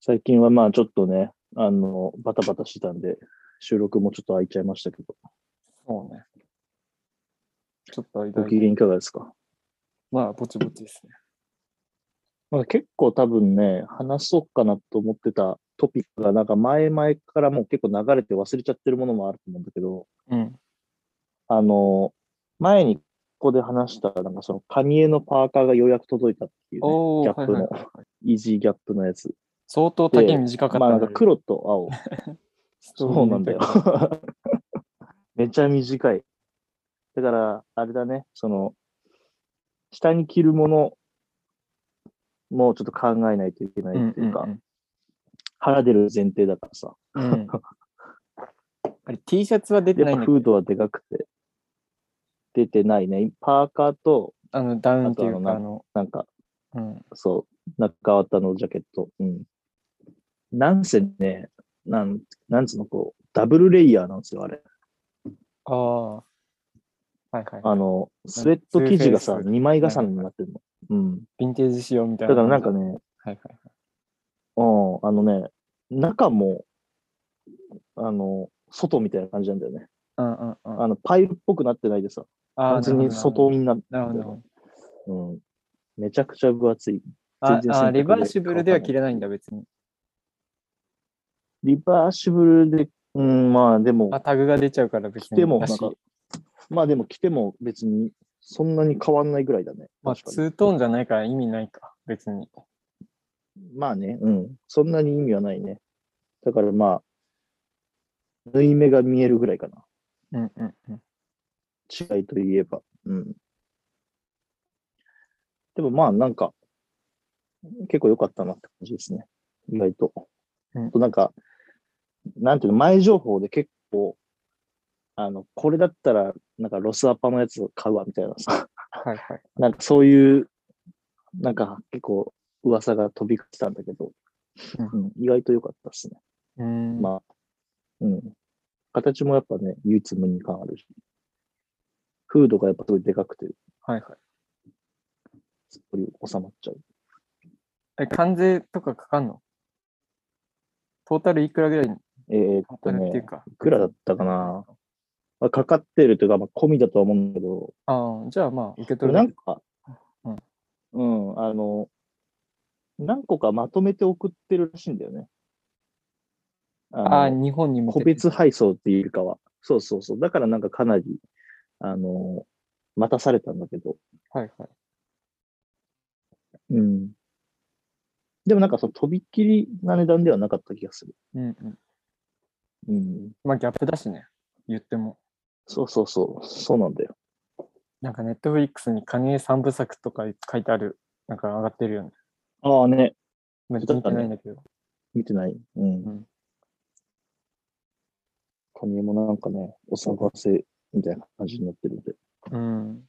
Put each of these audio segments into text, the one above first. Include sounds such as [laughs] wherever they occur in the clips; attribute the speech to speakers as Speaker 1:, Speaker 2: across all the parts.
Speaker 1: 最近はまあちょっとね、あの、バタバタしてたんで、収録もちょっと空いちゃいましたけど、
Speaker 2: そうね。ちょっと間
Speaker 1: ご機
Speaker 2: に、
Speaker 1: 嫌いかがですか
Speaker 2: まあ、ぼちぼちですね。
Speaker 1: まあ、結構多分ね、話そうかなと思ってたトピックが、なんか前々からもう結構流れて忘れちゃってるものもあると思うんだけど、
Speaker 2: うん。
Speaker 1: あの、前にここで話した、なんかそのカニエのパーカーがようやく届いたっていう、ね、
Speaker 2: お
Speaker 1: ギ
Speaker 2: ー、
Speaker 1: ャッ
Speaker 2: はい
Speaker 1: プ
Speaker 2: はい
Speaker 1: の
Speaker 2: はいはい。
Speaker 1: イージーギャップのやつ。
Speaker 2: 相当丈短かった
Speaker 1: まあなん
Speaker 2: だ
Speaker 1: か
Speaker 2: けど
Speaker 1: 黒と青。そうなんだよ。。 [laughs] めちゃ短い。だから、あれだね、その、下に着るものもちょっと考えないといけない
Speaker 2: うん
Speaker 1: っ
Speaker 2: ん
Speaker 1: て
Speaker 2: う
Speaker 1: いうんか、腹出る前提だからさ。
Speaker 2: うん。うんあれ、T シャツは出て
Speaker 1: や
Speaker 2: ない
Speaker 1: っ
Speaker 2: ん
Speaker 1: ぱ
Speaker 2: だ
Speaker 1: フ
Speaker 2: け
Speaker 1: ード
Speaker 2: ど、
Speaker 1: はでかくて、出てないね。パーカーと、
Speaker 2: あの、ダウンっていうか、あ
Speaker 1: あ
Speaker 2: の、
Speaker 1: なんか、
Speaker 2: うん。
Speaker 1: そう、中綿のジャケット。うん。なんせね、なん、なんつうの、こう、ダブルレイヤーなんですよ、あれ。
Speaker 2: ああ。はいはい。
Speaker 1: あの、スウェット生地がさ、
Speaker 2: ツーフェイス
Speaker 1: 2枚重ねになってるの。うん。
Speaker 2: ヴィンテージ仕様みた
Speaker 1: だ
Speaker 2: い
Speaker 1: から
Speaker 2: な。
Speaker 1: なんかね、
Speaker 2: はいはい。
Speaker 1: うん、あのね、中も、あの、外みたいな感じなんだよね。
Speaker 2: うんうんうん。
Speaker 1: あの、パイルっぽくなってないでさ、
Speaker 2: あ
Speaker 1: 完
Speaker 2: ー
Speaker 1: 全に外。見になって
Speaker 2: なるほ
Speaker 1: ん
Speaker 2: ど
Speaker 1: だ
Speaker 2: なるほ
Speaker 1: よ
Speaker 2: ど。
Speaker 1: ねうん。めちゃくちゃ分厚い。
Speaker 2: あ
Speaker 1: 全然
Speaker 2: あ
Speaker 1: 洗
Speaker 2: ー、
Speaker 1: 濯
Speaker 2: リバーシブルでは着れないんだ、別に。
Speaker 1: リバーシブルで、うん、まあでも
Speaker 2: あ、、タグが出ちゃうから別
Speaker 1: 着
Speaker 2: に。
Speaker 1: ても、な
Speaker 2: だ
Speaker 1: ん
Speaker 2: し
Speaker 1: か、まあでも着ても別にそんなに変わんないぐらいだね。
Speaker 2: まあ、
Speaker 1: 確か
Speaker 2: ツ
Speaker 1: に。
Speaker 2: ートーンじゃないから意味ないか、別に。
Speaker 1: まあね、うん。そんなに意味はないね。だからまあ、縫い目が見えるぐらいかな。
Speaker 2: うんうんうん。
Speaker 1: 違いといえば。うん。でもまあなんか、結構良かったなって感じですね。意外と。
Speaker 2: うん
Speaker 1: あとなんか、なんていうの、前情報で結構、あの、これだったら、なんかロスアパのやつを買うわみたいなさ、 [laughs]
Speaker 2: はいはい。
Speaker 1: なんかそういう、なんか結構噂が飛び交ってたんだけど、
Speaker 2: う
Speaker 1: うん、意外と良かったですね。
Speaker 2: うーん。
Speaker 1: まあ、うん。形もやっぱね、唯一無二感あるし。フードがやっぱすごいでかくて、
Speaker 2: はいは
Speaker 1: すっぽり収まっちゃう。
Speaker 2: い。え、関税とかかかんのトータルいくらぐらいに
Speaker 1: えーっ
Speaker 2: ト
Speaker 1: と
Speaker 2: ータルってい
Speaker 1: ね
Speaker 2: う、か。
Speaker 1: いくらだったかなまあかかってるというか、まあ、込みだとは思うんだけど、
Speaker 2: ああ、じゃあまあ、受け
Speaker 1: で
Speaker 2: 取
Speaker 1: も
Speaker 2: るだ
Speaker 1: な
Speaker 2: け。
Speaker 1: んか、うん、あの、何個かまとめて送ってるらしいんだよね。
Speaker 2: あ
Speaker 1: あ
Speaker 2: あ、
Speaker 1: の
Speaker 2: 日本にも。
Speaker 1: 個別配送っていうかは。そうそうそう。だからなんかかなり、あの、待たされたんだけど、
Speaker 2: はいはい。
Speaker 1: うん。でもなんかそのとびっきりな値段ではなかった気がする。
Speaker 2: うんうん。
Speaker 1: うん。
Speaker 2: まあ、ギャップだしね。言っても。
Speaker 1: そうそうそう。そうなんだよ。
Speaker 2: なんか、ネットフリックスにカニエ三部作とか書いてある、なんか上がってるよね。
Speaker 1: ああね、
Speaker 2: まあ、見てないんだけど。
Speaker 1: 見てない。うん。
Speaker 2: うん
Speaker 1: カニエもなんかね、お騒がせみたいな感じになってるんで。
Speaker 2: うん。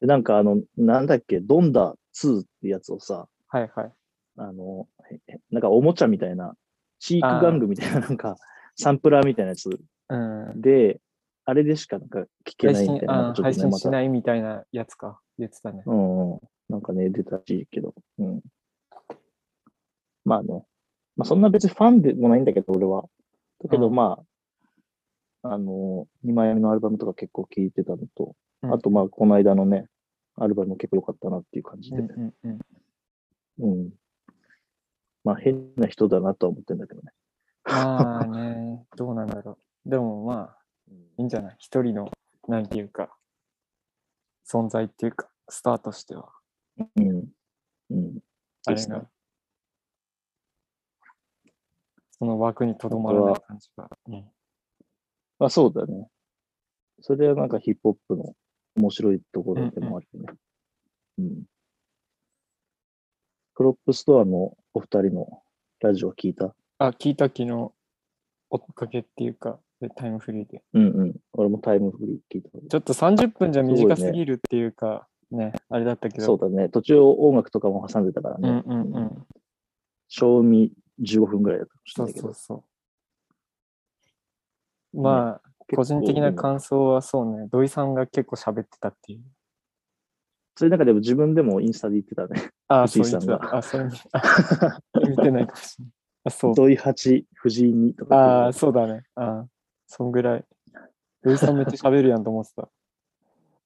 Speaker 1: で、なんかあの、なんだっけ、ドンダ2ってやつをさ、
Speaker 2: はいはい。
Speaker 1: あの、へへなんかおもちゃみたいな、チーク玩具みたいな、なんか、サンプラーみたいなやつ
Speaker 2: うん。
Speaker 1: で、あれでしかなんか聞け
Speaker 2: 配
Speaker 1: ないみ
Speaker 2: 信
Speaker 1: たいな、な
Speaker 2: あ
Speaker 1: んか
Speaker 2: ー配
Speaker 1: ね
Speaker 2: 信しないみたいなやつか。言ってたね。
Speaker 1: うんうん。なんかね、出たらしいけど。うん。まあね。まあそんな別にファンでもないんだけど、俺は。だけど
Speaker 2: うん
Speaker 1: まあ、あのー、2枚目のアルバムとか結構聴いてたのと、
Speaker 2: うん
Speaker 1: あとまあ、この間のね、アルバムも結構良かったなっていう感じ
Speaker 2: う
Speaker 1: で。
Speaker 2: んうんうん。
Speaker 1: うん。まあ、変な人だなとは思ってんだけどね。
Speaker 2: まあね、どうなんだろう。でもまあ、いいんじゃない一人の、なんていうか、存在っていうか、スターとしては、
Speaker 1: うん。うん。
Speaker 2: あ
Speaker 1: で
Speaker 2: れ
Speaker 1: すね
Speaker 2: が、その枠にとどまらない感じが。うん
Speaker 1: まあそうだね。それはなんかヒップホップの面白いところでもあるよね。うん。クロップストアのお二人のラジオ聞いた
Speaker 2: あ、聞いた昨日、追っかけっていうか、でタイムフリーで。
Speaker 1: うんうん。俺もタイムフリー聞いた。
Speaker 2: ちょっと30分じゃ短
Speaker 1: すごい
Speaker 2: す
Speaker 1: ね
Speaker 2: ぎるっていうか、ね、あれだったけど。
Speaker 1: そうだね。途中音楽とかも挟んでたから
Speaker 2: う
Speaker 1: ね。
Speaker 2: んうんうん。
Speaker 1: 賞味15分ぐらいだったかもしれ
Speaker 2: そ
Speaker 1: な
Speaker 2: う
Speaker 1: いけ
Speaker 2: そ
Speaker 1: ど
Speaker 2: う。そう。まあ、個人的な
Speaker 1: 結構
Speaker 2: 感想はそうね、土井さんが結構喋ってたっていう。
Speaker 1: そういう中でも自分でもインスタで言ってたね。
Speaker 2: ああ、
Speaker 1: 藤井
Speaker 2: そうい
Speaker 1: さん
Speaker 2: つだ
Speaker 1: が。
Speaker 2: あ、それ見見てないかもしれない。あ、そう。
Speaker 1: 土井八、藤井二とか。
Speaker 2: ああ、そうだね。ああ、そんぐらい。土井さんめっちゃ喋るやんと思ってた。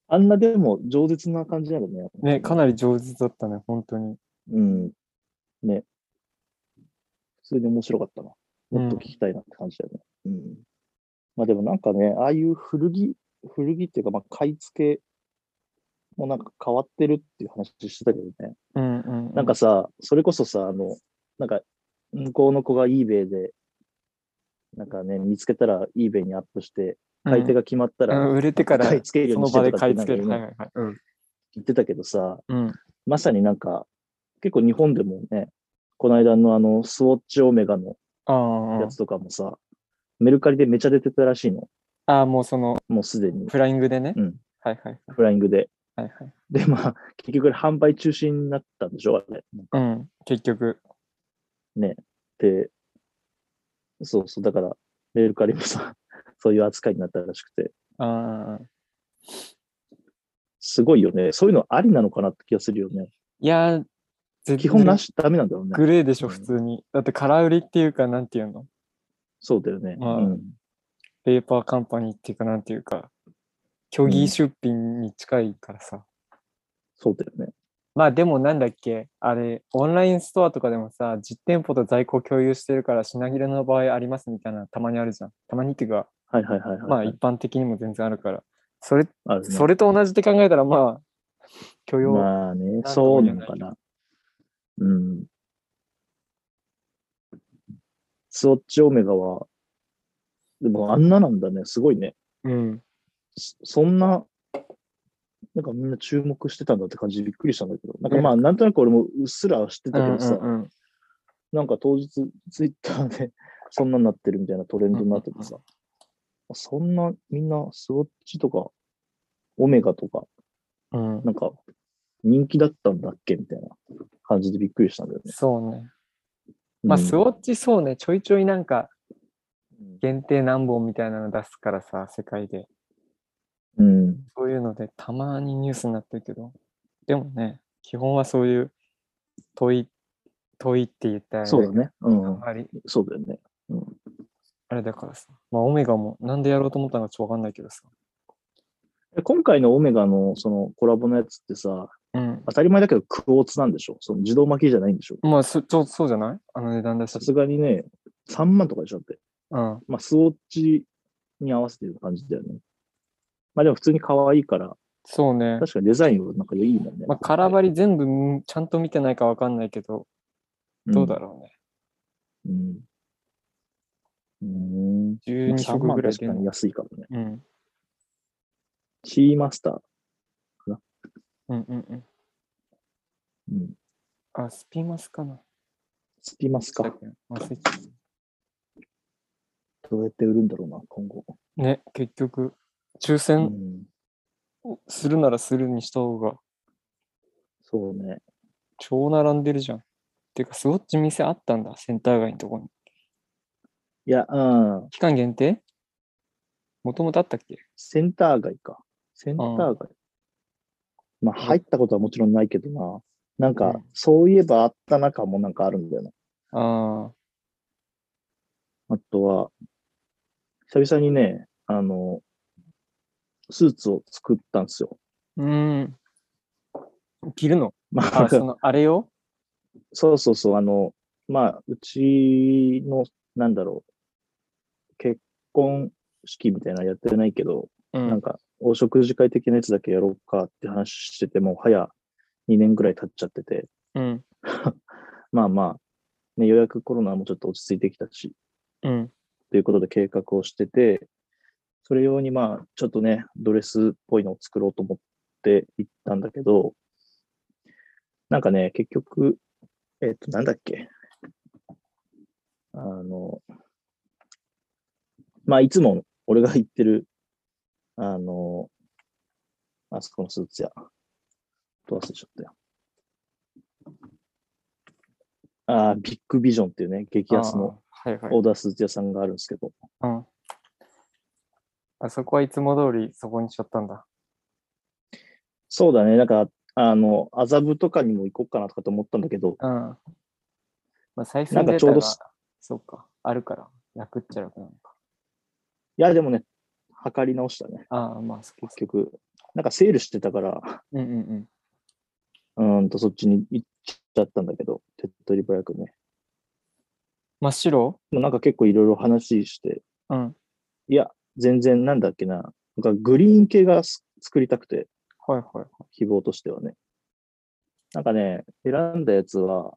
Speaker 1: あんなでも饒舌な感じなのね。
Speaker 2: ね、かなり上手だったね、本当に。
Speaker 1: うん。ね。普通に面白かったな。もっと聞きたいなって感じだよね。うん。まあでもなんかね、ああいう古着、古着っていうか、まあ買い付けもなんか変わってるっていう話してたけどね。
Speaker 2: うんうん、うん。
Speaker 1: なんかさ、それこそさ、あの、なんか向こうの子が eBay で、なんかね、見つけたら eBay にアップして、
Speaker 2: うん、
Speaker 1: 買い手が決まった
Speaker 2: うん
Speaker 1: ら
Speaker 2: 売れてから、
Speaker 1: 買い付けるよ
Speaker 2: そう
Speaker 1: にして
Speaker 2: の場で
Speaker 1: とかっ
Speaker 2: 買
Speaker 1: て
Speaker 2: い付ける。
Speaker 1: な
Speaker 2: は
Speaker 1: ん
Speaker 2: い
Speaker 1: か
Speaker 2: はいはい。うん。
Speaker 1: 言ってたけどさ、
Speaker 2: うん、
Speaker 1: まさになんか、結構日本でもね、この間のあの、スウォッチオメガの
Speaker 2: ああ
Speaker 1: やつとかもさ、メルカリでめちゃ出てたらしいの。
Speaker 2: ああ、ああもうその、
Speaker 1: もうすでに、
Speaker 2: フライングでね。
Speaker 1: うん
Speaker 2: はいはい。
Speaker 1: フライングで。
Speaker 2: はいはい。
Speaker 1: で、まあ、結局販売中止になったんでしょあれ。
Speaker 2: うん、結局。
Speaker 1: で、そうそう、だから、メルカリもさ、 [laughs] そういう扱いになったらしくて、
Speaker 2: ああ。
Speaker 1: すごいよね。そういうのありなのかなって気がするよね。
Speaker 2: いやー、絶対
Speaker 1: 基本なし、ダメなんだろうね。
Speaker 2: グレーでしょ、
Speaker 1: うん
Speaker 2: 普通に。だって空売りっていうか、なんていうの
Speaker 1: そうだよね。
Speaker 2: まあ
Speaker 1: うん。
Speaker 2: ペーパーカンパニーっていうか、なんていうか、虚
Speaker 1: う
Speaker 2: 偽
Speaker 1: ん
Speaker 2: 出品に近いからさ。
Speaker 1: そうだよね。
Speaker 2: まあでもなんだっけ、あれ、オンラインストアとかでもさ、実店舗と在庫共有してるから品切れの場合ありますみたいな、たまにあるじゃん。たまにっていうか、
Speaker 1: はいはいはい、はい。
Speaker 2: まあ一般的にも全然あるから。それ、
Speaker 1: あるね
Speaker 2: それと同じって考えたら、まあ、許容。
Speaker 1: まあね、
Speaker 2: なんと
Speaker 1: そ
Speaker 2: も
Speaker 1: う
Speaker 2: 言
Speaker 1: なの
Speaker 2: えない
Speaker 1: かな。うん。スウォッチオメガは、でもあんななんだね、すごいね。
Speaker 2: うん。
Speaker 1: そそんな、なんかみんな注目してたんだって感じでびっくりしたんだけど、なんかまあなんとなく俺もうっすら知って
Speaker 2: う
Speaker 1: たけ
Speaker 2: ん
Speaker 1: どさ、
Speaker 2: うんうん
Speaker 1: なんか当日ツイッターで [laughs] そんなんなってるみたいなトレンドになっててさ、そんなみんなスウォッチとかオメガとか、
Speaker 2: うん。
Speaker 1: なんか人気だったんだっけみたいな感じでびっくりしたんだよね。
Speaker 2: そうね。まあ、
Speaker 1: うん
Speaker 2: スウォッチそうね、ちょいちょいなんか
Speaker 1: うん
Speaker 2: 限定何本みたいなの出すからさ、世界で。
Speaker 1: うん。
Speaker 2: そういうので、たまにニュースになってるけど、でもね、基本はそういう問い、問いって言ったらあれだ
Speaker 1: そう
Speaker 2: け
Speaker 1: だ
Speaker 2: ど、
Speaker 1: ね。うん。
Speaker 2: あり
Speaker 1: そうだよね。うん、
Speaker 2: あれだからさ、まあ、オメガもなんでやろうと思ったのかちょっとわかんないけどさ。
Speaker 1: で今回のオメガのそのコラボのやつってさ、
Speaker 2: うん。
Speaker 1: 当たり前だけどクォーツなんでしょその自動巻きじゃないんでしょ
Speaker 2: まあ、そちょそうじゃないあの値段だし
Speaker 1: さ。すがにね、3万とかでしょだって。
Speaker 2: うん。
Speaker 1: まあ、スウォッチに合わせてる感じだよね。まあでも普通に可愛いから、
Speaker 2: そうね。
Speaker 1: 確かにデザインはなんかいいもんね。
Speaker 2: まあ、空張り全部んちゃんと見てないかわかんないけど、どうだろうね。
Speaker 1: うん。うん。
Speaker 2: 12
Speaker 1: 3
Speaker 2: 色
Speaker 1: 万
Speaker 2: ぐらい
Speaker 1: 確
Speaker 2: で
Speaker 1: か。に安いからね。
Speaker 2: うん。
Speaker 1: シーマスター。
Speaker 2: うんうんう
Speaker 1: う
Speaker 2: ん。
Speaker 1: ん。
Speaker 2: あ、スピマスかな。
Speaker 1: スピマスか。
Speaker 2: 忘れちゃっ
Speaker 1: どうやって売るんだろうな、今後。
Speaker 2: たね、結局、抽
Speaker 1: う
Speaker 2: 選
Speaker 1: ん。
Speaker 2: するならするにした方が
Speaker 1: そうね。
Speaker 2: 超並んでるじゃん。てか、スウォッチ店あったんだ、センター街のとこに。
Speaker 1: いや、うん。
Speaker 2: 期間限定もともとあったっけ
Speaker 1: センター街か。センター街。まあ、入ったことはもちろんないけどな。なん
Speaker 2: う
Speaker 1: か
Speaker 2: ん、
Speaker 1: そういえばあった中もなんかあるんだよな。
Speaker 2: ああ、
Speaker 1: あとは、久々にね、あの、スーツを作ったんですよ。
Speaker 2: うーん。着るの
Speaker 1: まあ
Speaker 2: [laughs] あ、、その、あれよ
Speaker 1: [laughs] そうそうそう、あの、まあ、うちの、なんだろう、結婚式みたいなのやってないけど、
Speaker 2: う
Speaker 1: なん
Speaker 2: ん。
Speaker 1: か、お食事会的なやつだけやろうかって話してて、もう早2年ぐらい経っちゃってて、
Speaker 2: うん。
Speaker 1: まあまあ、ね、ようやくコロナもちょっと落ち着いてきたし、
Speaker 2: うん。
Speaker 1: ということで計画をしてて、それ用にまあ、ちょっとね、ドレスっぽいのを作ろうと思って行ったんだけど、なんかね、結局、えっ、と、なんだっけ。あの、まあ、いつも俺が行ってる、あの、あそこのスーツ屋。どう忘れちゃったよ。ああ、ビッグビジョンっていうね、激安の
Speaker 2: あー。はいは
Speaker 1: オ
Speaker 2: い。
Speaker 1: ーダースーツ屋さんがあるんですけど、
Speaker 2: うん。あそこはいつも通りそこにしちゃったんだ。
Speaker 1: そうだね、なんかあの、麻布とかにも行こうかなとかと思ったんだけど、
Speaker 2: うん。まあ、最初
Speaker 1: なんかちょうどす
Speaker 2: そうか、あるから、楽っちゃ楽なのか。
Speaker 1: いや、でもね、測り直したね、
Speaker 2: ああ、まあ、そこ
Speaker 1: 結。局。なんかセールしてたから、
Speaker 2: うんうんうん。
Speaker 1: うーんと、そっちに行っちゃったんだけど、手っ取り早くね。
Speaker 2: 真っ白
Speaker 1: でもなんか結構いろいろ話して、
Speaker 2: うん。
Speaker 1: いや、全然なんだっけな、なんかグリーン系がす作りたくて、
Speaker 2: はいはいはい。
Speaker 1: 希望としてはね。なんかね、選んだやつは、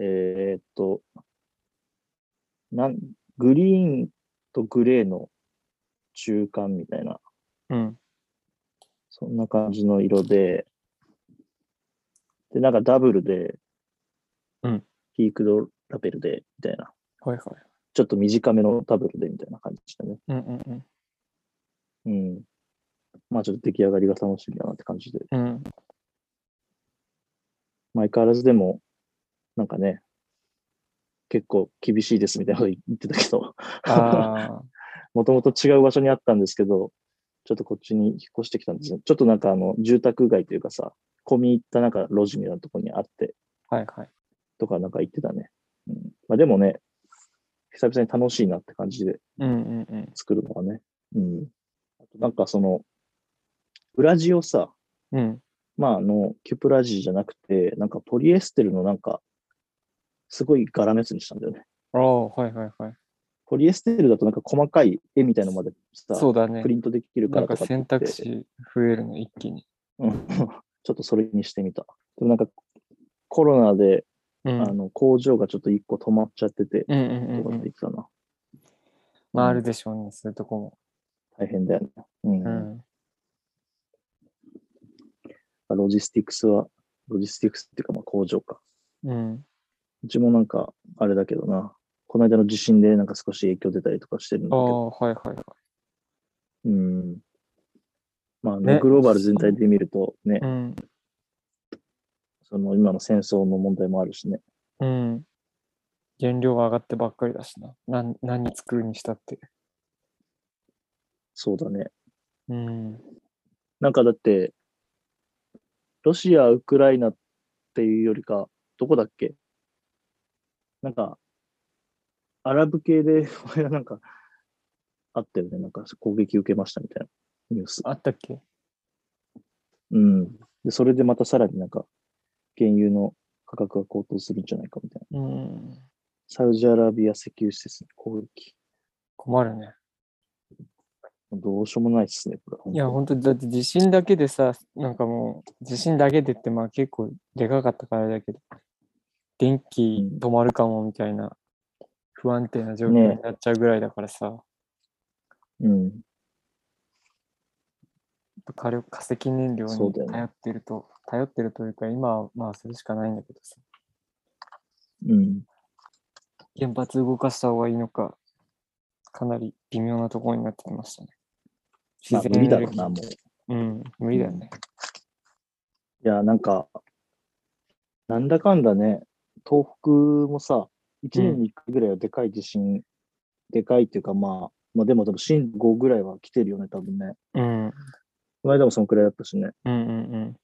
Speaker 1: えーっと、なん、グリーンとグレーの中間みたいな、
Speaker 2: うん。
Speaker 1: そんな感じの色で、で、なんかダブルで、
Speaker 2: うん
Speaker 1: ピークドラベルで、みたいな。
Speaker 2: はいはい。
Speaker 1: ちょっと短めのダブルで、みたいな感じだね。
Speaker 2: うんうん
Speaker 1: うん。まあちょっと出来上がりが楽しみだなって感じで。[laughs]
Speaker 2: うん。うん。
Speaker 1: まあ相変わらずでも、なんかね、結構厳しいですみたいなこと言ってたけど、 [laughs]
Speaker 2: ああ。
Speaker 1: もともと違う場所にあったんですけど、ちょっとこっちに引っ越してきたんですね。ちょっとなんかあの、住宅街というかさ、込み入ったなんか路地みたいなとこにあって、
Speaker 2: はいはい。
Speaker 1: とかなんか言ってたね。うん。まあでもね、久々に楽しいなって感じで
Speaker 2: うんうんうん。
Speaker 1: 作るのがね。うん。あとなんかその、裏地をさ、
Speaker 2: うん。
Speaker 1: まあ、あの、キュプラジーじゃなくて、なんかポリエステルのなんか、すごい柄のやつにしたんだよね。
Speaker 2: ああ、はいはいはい。
Speaker 1: ポリエステルだとなんか細かい絵みたいのまでさ、
Speaker 2: そうだね
Speaker 1: プ。リントできるか
Speaker 2: な
Speaker 1: ら
Speaker 2: ん
Speaker 1: と
Speaker 2: か
Speaker 1: かって言
Speaker 2: 選
Speaker 1: って
Speaker 2: 択肢増えるの、一気に。
Speaker 1: うん [laughs] ちょっとそれにしてみた。でもなんかコロナで、
Speaker 2: うん。う
Speaker 1: あ
Speaker 2: ん
Speaker 1: の工場がちょっと一個止まっちゃってて、
Speaker 2: うんう
Speaker 1: とか
Speaker 2: ん
Speaker 1: って言。
Speaker 2: うん
Speaker 1: ってたな。
Speaker 2: まあ、あるでしょうね、そういうとこも。
Speaker 1: 大変だよね。うん。
Speaker 2: うん。
Speaker 1: ロジスティクスは、ロジスティクスっていうかまあ工場か。
Speaker 2: うん。
Speaker 1: うちもなんか、あれだけどな。この間の地震でなんか少し影響出たりとかしてるんだ
Speaker 2: あ
Speaker 1: けど。
Speaker 2: あ、はいはいはい。
Speaker 1: うん。まあね、
Speaker 2: ね
Speaker 1: グローバル全体で見るとね、
Speaker 2: うん。
Speaker 1: その今の戦争の問題もあるしね。
Speaker 2: うん。原料は上がってばっかりだしな。なん何作るにしたって。
Speaker 1: そうだね。
Speaker 2: うん。
Speaker 1: なんかだって、ロシア、ウクライナっていうよりか、どこだっけなんか、アラブ系で、 [laughs] これがなんか、あったよね。なんか攻撃受けましたみたいなニュース。
Speaker 2: あったっけ
Speaker 1: うん。で、それでまたさらになんか、原油の価格が高騰するんじゃないかみたいな。
Speaker 2: うん。
Speaker 1: サウジアラビア石油施設に攻撃。
Speaker 2: 困るね。
Speaker 1: どうしようもないっすね、これ。
Speaker 2: いや、本当だって地震だけでさ、なんかもう、地震だけでって、まあ結構でかかったからだけど、電気
Speaker 1: うん
Speaker 2: 止まるかもみたいな不安定な状況
Speaker 1: ねえ
Speaker 2: になっちゃうぐらいだからさ、
Speaker 1: うん。
Speaker 2: 火力化石燃料
Speaker 1: そう
Speaker 2: に
Speaker 1: だよね
Speaker 2: 頼ってると、頼ってるというか、今はまあそれしかないんだけどさ、
Speaker 1: うん。
Speaker 2: 原発動かした方がいいのか、かなり微妙なところになってきましたね。
Speaker 1: まあ、無理だろうな、
Speaker 2: エネ
Speaker 1: も
Speaker 2: ルギ
Speaker 1: う。い
Speaker 2: ーうん、無理だよね。
Speaker 1: や、なんか、なんだかんだね、東北もさ、1年に1回ぐらいはでかい地震、でかいっていうか、まあ、まあでも、でも震度5ぐらいは来てるよね、多分ね。
Speaker 2: うん、うん
Speaker 1: この間もそのくらいだったしね。
Speaker 2: うんうん。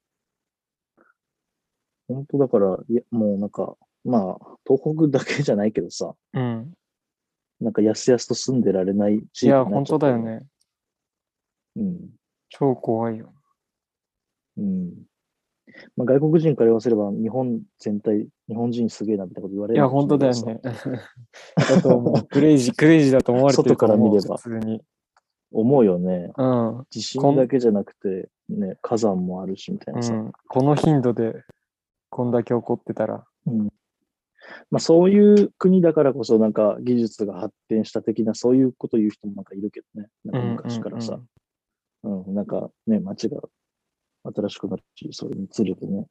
Speaker 1: 本当だから、いや、もうなんか、まあ、東北だけじゃないけどさ、
Speaker 2: うん、
Speaker 1: なんかやすやすと住んでられない地域
Speaker 2: いや、
Speaker 1: になっ
Speaker 2: 本
Speaker 1: ちゃ
Speaker 2: 当
Speaker 1: った
Speaker 2: だよ。ね。
Speaker 1: うん。
Speaker 2: 超怖いよ。
Speaker 1: うん。まあ、外国人から言わせれば、日本全体、日本人すげえなみたいなこと言われ
Speaker 2: い
Speaker 1: る
Speaker 2: や、
Speaker 1: のかも
Speaker 2: 本
Speaker 1: しれ
Speaker 2: 当
Speaker 1: ないけ
Speaker 2: だよ
Speaker 1: どさ
Speaker 2: ね。だと [laughs] 思う。クレイジー、クレイジーだと思われてると思う。
Speaker 1: 外から
Speaker 2: 普通に。
Speaker 1: 思うよね。
Speaker 2: うん。
Speaker 1: 地
Speaker 2: こ
Speaker 1: 震
Speaker 2: ん
Speaker 1: だけじゃなくて、ね、火山もあるしみたいなさ。
Speaker 2: うん、この頻度で、こんだけ怒ってたら。
Speaker 1: まあそういう国だからこそ、なんか技術が発展した的な、そういうこと言う人もなんかいるけどね。なんか昔からさ。うんなんかね、街が新しくなるし、それにつれてね。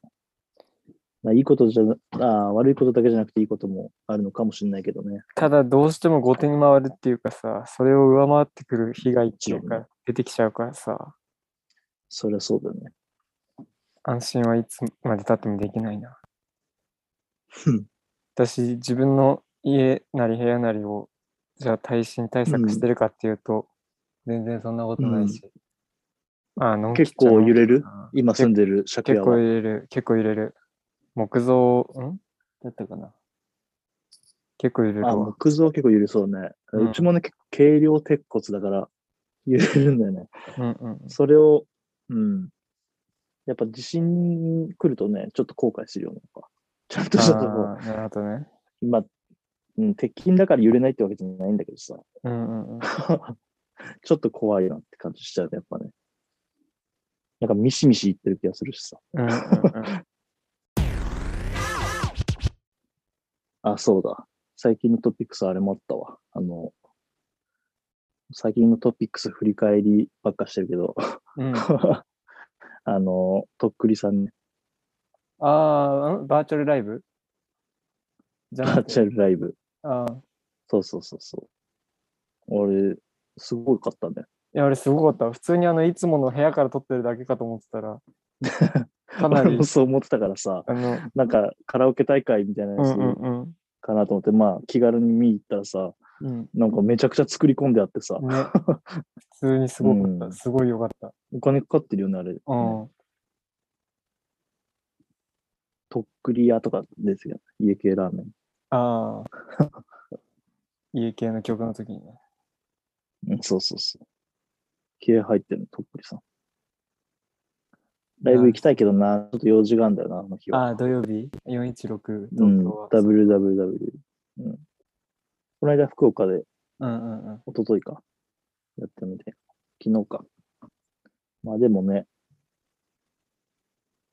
Speaker 1: まあいいことじゃな、あー悪いことだけじゃなくていいこともあるのかもしれないけどね。
Speaker 2: ただどうしても後手に回るっていうかさ、それを上回ってくる被害っていう
Speaker 1: そう
Speaker 2: か出てきちゃうからさ、
Speaker 1: そりゃそうだよね。
Speaker 2: 安心はいつまでたってもできないな。
Speaker 1: うん
Speaker 2: 私自分の家なり部屋なりをじゃあ耐震対策してるかっていうと、全然そんなことないし、あのんきっ
Speaker 1: 結
Speaker 2: ちゃ
Speaker 1: 構揺れ
Speaker 2: のんき
Speaker 1: る
Speaker 2: だな
Speaker 1: 今住んでる借
Speaker 2: 結
Speaker 1: 家
Speaker 2: 構
Speaker 1: は。
Speaker 2: 揺れる、結構揺れる。木造、んだったかな結構揺れる
Speaker 1: あ、
Speaker 2: わ。
Speaker 1: 木造は結構揺れそうね。う
Speaker 2: うん
Speaker 1: ちもね、結構軽量鉄骨だから揺れるんだよね。
Speaker 2: うんうん。
Speaker 1: それを、うん。やっぱ地震来るとね、ちょっと後悔するよね。やっぱちゃんとしたとこ、
Speaker 2: あーなるほどね。
Speaker 1: 今、うん、鉄筋だから揺れないってわけじゃないんだけどさ、 [laughs]
Speaker 2: うんうんうん。
Speaker 1: ちょっと怖いなって感じしちゃうね、やっぱね。なんかミシミシ言ってる気がするしさ。
Speaker 2: うんうんうん
Speaker 1: あ、そうだ。最近のトピックスあれもあったわ。あの、最近のトピックス振り返りばっかしてるけど、 [laughs]
Speaker 2: うん。あ
Speaker 1: あの、とっくりさんね、
Speaker 2: あー、んバーチャルライブじゃ
Speaker 1: バ
Speaker 2: な
Speaker 1: ー [laughs]
Speaker 2: くて
Speaker 1: チャルライブ。
Speaker 2: あーい
Speaker 1: そうそうそうそう。俺、すごかったね。
Speaker 2: や、あれすごかった。普通にあの、いつもの部屋から撮ってるだけかと思ってた [laughs] ら、かな
Speaker 1: 俺
Speaker 2: り
Speaker 1: も、 [laughs] そう思ってたからさ、
Speaker 2: あの、
Speaker 1: なんかカラオケ大会みたいな
Speaker 2: う
Speaker 1: や
Speaker 2: ん
Speaker 1: つ
Speaker 2: うんうん。
Speaker 1: かなと思って、まあ気軽に見に行ったらさ、
Speaker 2: うん
Speaker 1: なんかめちゃくちゃ作り込んであってさ、
Speaker 2: ね、普通にすごかった。
Speaker 1: うん
Speaker 2: すごいよかった。
Speaker 1: お金かかってるよね、あれ。
Speaker 2: うん。
Speaker 1: とっくり屋とかですよ、ね。家系ラーメン。
Speaker 2: [laughs] ああ。家系の曲の時にね。
Speaker 1: うん、そうそうそう。気合入ってるの、とっくりさん。ライブ行きたいけどな、ちょっと用事があるんだよな、あの日は。
Speaker 2: ああ、土曜日 ?416 東
Speaker 1: うん、
Speaker 2: 京は。
Speaker 1: WWW。うん。この間福岡で
Speaker 2: うんうんうん。
Speaker 1: 一昨日か。やってみて。昨日か。まあでもね、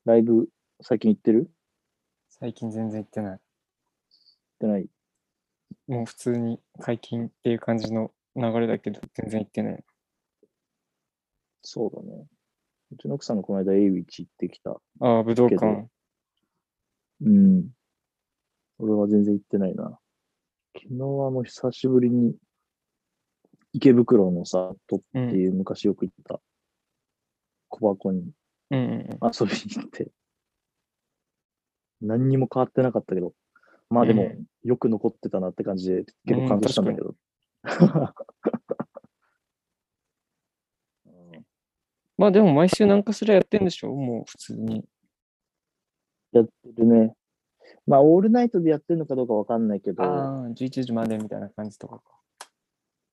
Speaker 1: ライブ最近行ってる
Speaker 2: 最近全然行ってな
Speaker 1: 行っ
Speaker 2: い。
Speaker 1: てない
Speaker 2: もう普通に解禁っていう感じの流れだけど、全然行ってない。
Speaker 1: そうだね。うちの奥さんがこの間 A ウィッチ行ってきた。
Speaker 2: ああ、武道
Speaker 1: け
Speaker 2: 館
Speaker 1: ど。うん。俺は全然行ってないな。昨日はもう久しぶりに池袋のさ、とっ
Speaker 2: う
Speaker 1: て
Speaker 2: ん。
Speaker 1: いう昔よく行った小箱に
Speaker 2: うんうん
Speaker 1: 遊びに行って、何にも変わってなかったけど、まあで
Speaker 2: う
Speaker 1: も
Speaker 2: ん、
Speaker 1: よく残ってたなって感じで、結構感動したんだけど。うん
Speaker 2: まあでも毎週何かしらやってんでしょもう普通に。
Speaker 1: やってるね。まあ、オールナイトでやってるのかどうかわかんないけ
Speaker 2: ああ
Speaker 1: ど、、
Speaker 2: 11時までみたいな感じとかか。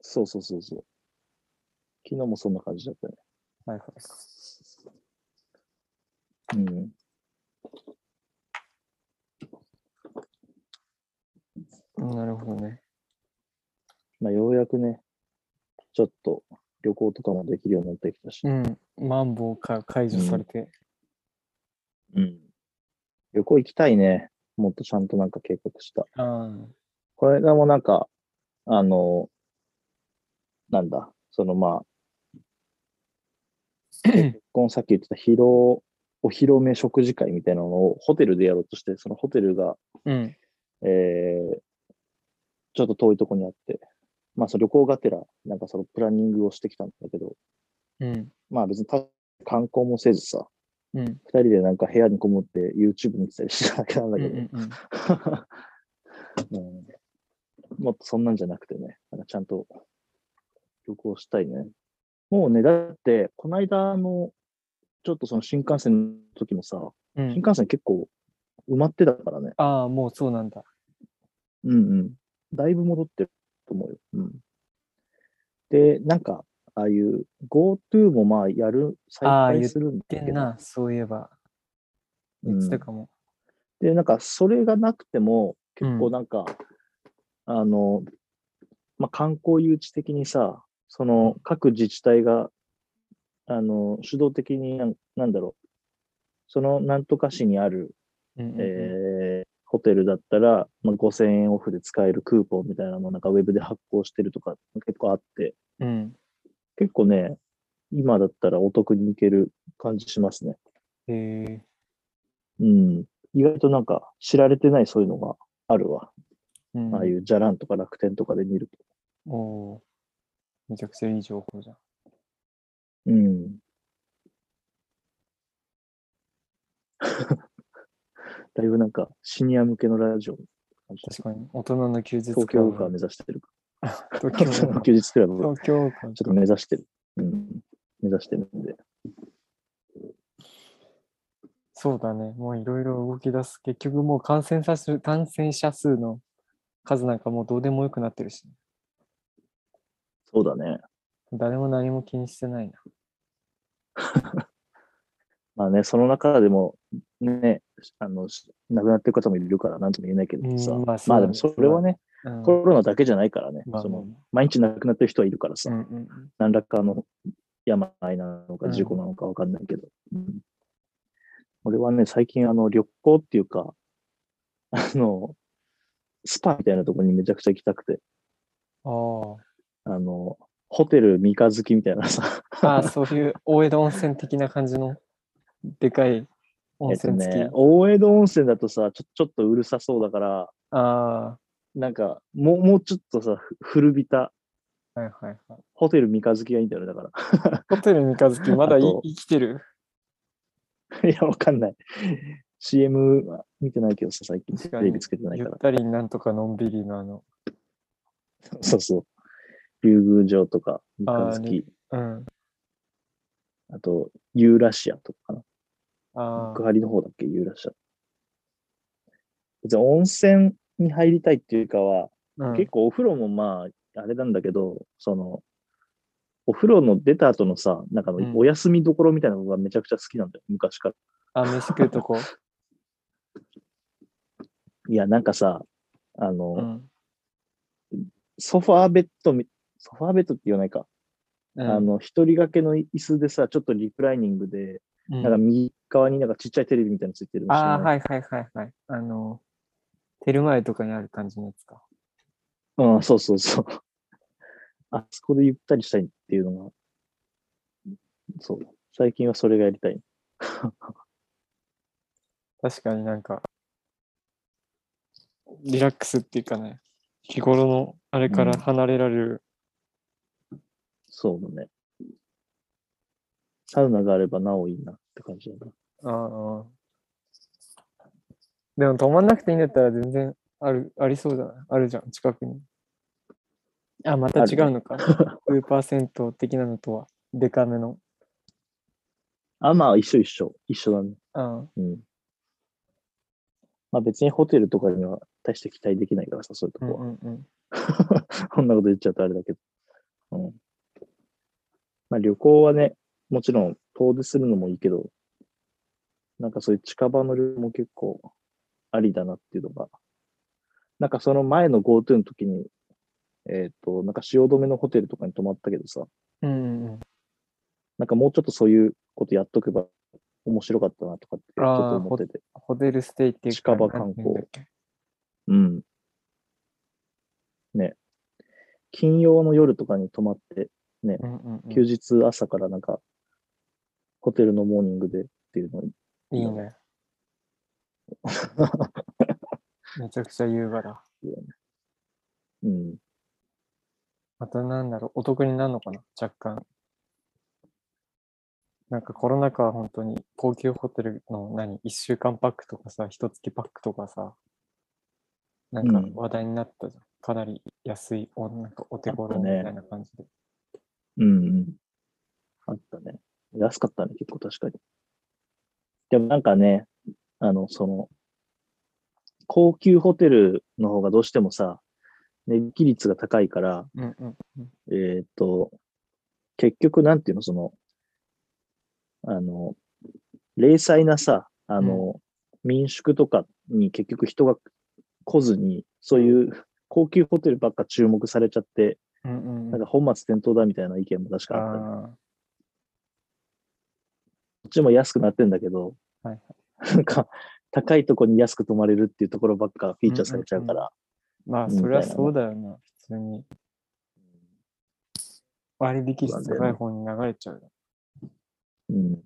Speaker 1: そうそうそうそう。昨日もそんな感じだったね。
Speaker 2: はいはい。
Speaker 1: うん。
Speaker 2: うんなるほどね。
Speaker 1: まあ、ようやくね、ちょっと旅行とかもできるようになってきたし
Speaker 2: う、ん。マンボウから解除されて。
Speaker 1: うん。旅行行きたいね。もっとちゃんとなんか計画した。
Speaker 2: あ
Speaker 1: これがもうなんか、あの、なんだ、そのまあ、 [coughs] 結婚さっき言ってた披露、お披露目食事会みたいなのをホテルでやろうとして、そのホテルが、
Speaker 2: あ。うん。
Speaker 1: えー、ちょっと遠いとこにあって、まあその旅行がてら、なんかそのプランニングをしてきたんだけど、
Speaker 2: うん。
Speaker 1: まあ別にた観光もせずさ、
Speaker 2: うん。
Speaker 1: 二人でなんか部屋にこもって YouTube 見てたりしてただけなんだ
Speaker 2: うん
Speaker 1: け
Speaker 2: う
Speaker 1: ど、
Speaker 2: んうん。
Speaker 1: [laughs] うんもっとそんなんじゃなくてね、なんかちゃんと旅行したいね。もうね、だって、この間の、ちょっとその新幹線の時もさ、
Speaker 2: うん
Speaker 1: 新幹線結構埋まってたからね。
Speaker 2: ああ、もうそうなんだ。
Speaker 1: うんうん。だいぶ戻ってると思うよ。うん。で、なんか、ああいう GoTo もまあやる、再
Speaker 2: ああ
Speaker 1: 開するんだけ
Speaker 2: でん
Speaker 1: ど。
Speaker 2: な、そういえば。
Speaker 1: う
Speaker 2: 言
Speaker 1: ん
Speaker 2: ってたかも。
Speaker 1: で、なんか、それがなくても、結
Speaker 2: う
Speaker 1: 構
Speaker 2: ん
Speaker 1: なんか、あの、まあ、観光誘致的にさ、その、各自治体が、あの、主導的になん、なんだろう、その、なんとか市にある、
Speaker 2: うんうん
Speaker 1: え
Speaker 2: う
Speaker 1: ー
Speaker 2: ん
Speaker 1: ホテルだったら、まあ、5000円オフで使えるクーポンみたいなのをなんか、ウェブで発行してるとか、結構あって、
Speaker 2: うん。
Speaker 1: 結構ね、今だったらお得に行ける感じしますね。
Speaker 2: へえ
Speaker 1: うん。意外となんか、知られてないそういうのがあるわ。
Speaker 2: うん
Speaker 1: ああいうじゃらんとか楽天とかで見る
Speaker 2: おおー。めちゃくちゃいい情報じゃん。
Speaker 1: と。うん。 [laughs] だいぶなんかシニア向けのラジオ。
Speaker 2: 確かに。大人の休日
Speaker 1: 東京ウーカー目指して
Speaker 2: [laughs]
Speaker 1: る。
Speaker 2: 東
Speaker 1: 東 [laughs]
Speaker 2: 京
Speaker 1: 京休日クラブちょ
Speaker 2: 東京か
Speaker 1: っと目指してる。うん。目指してるんで。
Speaker 2: そうだね。もういろいろ動き出す。結局もう感染者数、感染者数の数なんかもうどうでもよくなってるし、
Speaker 1: そうだね。
Speaker 2: 誰も何も気にしてないな。
Speaker 1: まあね、その中でも、ね、あの、し亡くなってる方もいるから、なんとも言えないけどさ。
Speaker 2: うんまあそう
Speaker 1: まあ
Speaker 2: だね
Speaker 1: でも、それはね、
Speaker 2: うん
Speaker 1: コロナだけじゃないからね。
Speaker 2: まあ
Speaker 1: そ
Speaker 2: まあ
Speaker 1: の毎日亡くなってる人はいるからさ、
Speaker 2: うんうん
Speaker 1: 何らかの病なの
Speaker 2: う
Speaker 1: か
Speaker 2: ん
Speaker 1: 事故なのか分かんないけど。うん俺はね、最近、あの、旅行っていうか、あの、スパみたいなとこにめちゃくちゃ行きたくて、
Speaker 2: うん。
Speaker 1: あの、ホテル三日月みたいなさ、[laughs]
Speaker 2: ああ。ああ、そういう大江戸温泉的な感じのでかい
Speaker 1: え
Speaker 2: 温
Speaker 1: っと
Speaker 2: 泉付き。
Speaker 1: ね、大江戸温泉だとさ、ちょちょっとうるさそうだから、
Speaker 2: あ
Speaker 1: なんか、もう、もうちょっとさ、ふ古びた、
Speaker 2: あ、はいはいはい。
Speaker 1: ホテル三日月がいいんだよね、だか
Speaker 2: ホテル三日月、まだい
Speaker 1: あと
Speaker 2: 生きてる。
Speaker 1: ら。 [laughs] いや、わかんない。CM は見てないけどさ、最近
Speaker 2: 確
Speaker 1: テ
Speaker 2: かに
Speaker 1: レビつけてない
Speaker 2: ゆ
Speaker 1: か
Speaker 2: っ
Speaker 1: ら。
Speaker 2: たりなんとかのんびりのあの、
Speaker 1: そうそう。竜宮城とか、
Speaker 2: あー
Speaker 1: 三日月、
Speaker 2: うん。
Speaker 1: あと、ユーラシアとかかな。
Speaker 2: あ
Speaker 1: 幕張の方だっけ、ユーラシア。別に温泉に入りたいっていうかは、
Speaker 2: あ、うん
Speaker 1: 結構お風呂もまあ、あれなんだけど、その、お風呂の出た後のさ、なんかあの
Speaker 2: うん
Speaker 1: お休みどころみたいなのがめちゃくちゃ好きなんだよ、昔から。
Speaker 2: あ、飯食うとこ。
Speaker 1: いや、なんかさ、 [laughs] あの、
Speaker 2: うん。
Speaker 1: ソファーベッドみ、ソファーベッドって言わないか。
Speaker 2: うん
Speaker 1: あの、一人掛けの椅子でさ、ちょっとリクライニングで、
Speaker 2: うん
Speaker 1: なんか右側になんかちっちゃいテレビみたいについてるの知
Speaker 2: あ
Speaker 1: ら
Speaker 2: あ、
Speaker 1: ない
Speaker 2: はいはいはいはい。あの、テルマエとかにある感じのやつか。
Speaker 1: うん、そうそうそう。 [laughs] あそこでゆったりしたいっていうのが、そう。最近はそれがやりたい。
Speaker 2: 確かになんか、リラックスっていうかね、日頃のあれから離れられる。
Speaker 1: そうだね。サウナがあればなおいいなって感じだな。
Speaker 2: ああ。でも止まんなくていいんだったら全然ある、ありそうじゃないあるじゃん、近くに。あ、また
Speaker 1: あ
Speaker 2: 違
Speaker 1: るね
Speaker 2: う [laughs] のか。スーパー銭湯的なのとは、デカめの。
Speaker 1: あ、まあ一緒一緒。一緒だね。
Speaker 2: うん。
Speaker 1: うん。まあ別にホテルとかには大して期待できないからさ、そういうと
Speaker 2: う
Speaker 1: こは
Speaker 2: ん。うんうん。
Speaker 1: こんなこと言っちゃうとあれだけど。うん。まあ旅行はね、もちろん遠出するのもいいけど、なんかそういう近場の旅行も結構ありだなっていうのが、なんかその前の GoTo の時に、えっ、と、なんか汐留のホテルとかに泊まったけどさ、
Speaker 2: うんうんうん。
Speaker 1: なんかもうちょっとそういうことやっとけば面白かったなとかってちょっと思ってて。
Speaker 2: ホテルステイっていうか、
Speaker 1: 近場観光
Speaker 2: なんていうんだっけ
Speaker 1: うん。ね。金曜の夜とかに泊まって、
Speaker 2: うんうんうん。
Speaker 1: 休日朝からなんか、ホテルのモーニングでっていうのに、
Speaker 2: いい
Speaker 1: [laughs]
Speaker 2: ね。めちゃくちゃ優雅だ。
Speaker 1: うん。
Speaker 2: またなんだろう、お得になるのかな、若干。なんかコロナ禍は本当に高級ホテルの何、1週間パックとかさ、一月パックとかさ、なんか
Speaker 1: うん
Speaker 2: 話題になったじゃん。かなり安いお、なんかお手頃みたいな感じで。
Speaker 1: うん、うん。あったね。安かったね、結構確かに。でもなんかね、あの、その、高級ホテルの方がどうしてもさ、値引き率が高いから、
Speaker 2: うんうんうん。
Speaker 1: えっ、と、結局、なんていうの、その、あの、零細なさ、あの、民宿とかに結局人が来ずに、そういう高級ホテルばっか注目されちゃって、
Speaker 2: うんうんうん
Speaker 1: なんか本末転倒だみたいな意見も確かあったね。こ
Speaker 2: あ
Speaker 1: っちも安くなってんだけど、
Speaker 2: はい
Speaker 1: なんか、高いとこに安く泊まれるっていうところばっかフィーチャーされちゃうから、
Speaker 2: ーまあ、
Speaker 1: みたい
Speaker 2: そ
Speaker 1: な
Speaker 2: りゃ
Speaker 1: ね
Speaker 2: そうだよな、普通に。割引率高い方に流れちゃうよ。
Speaker 1: うん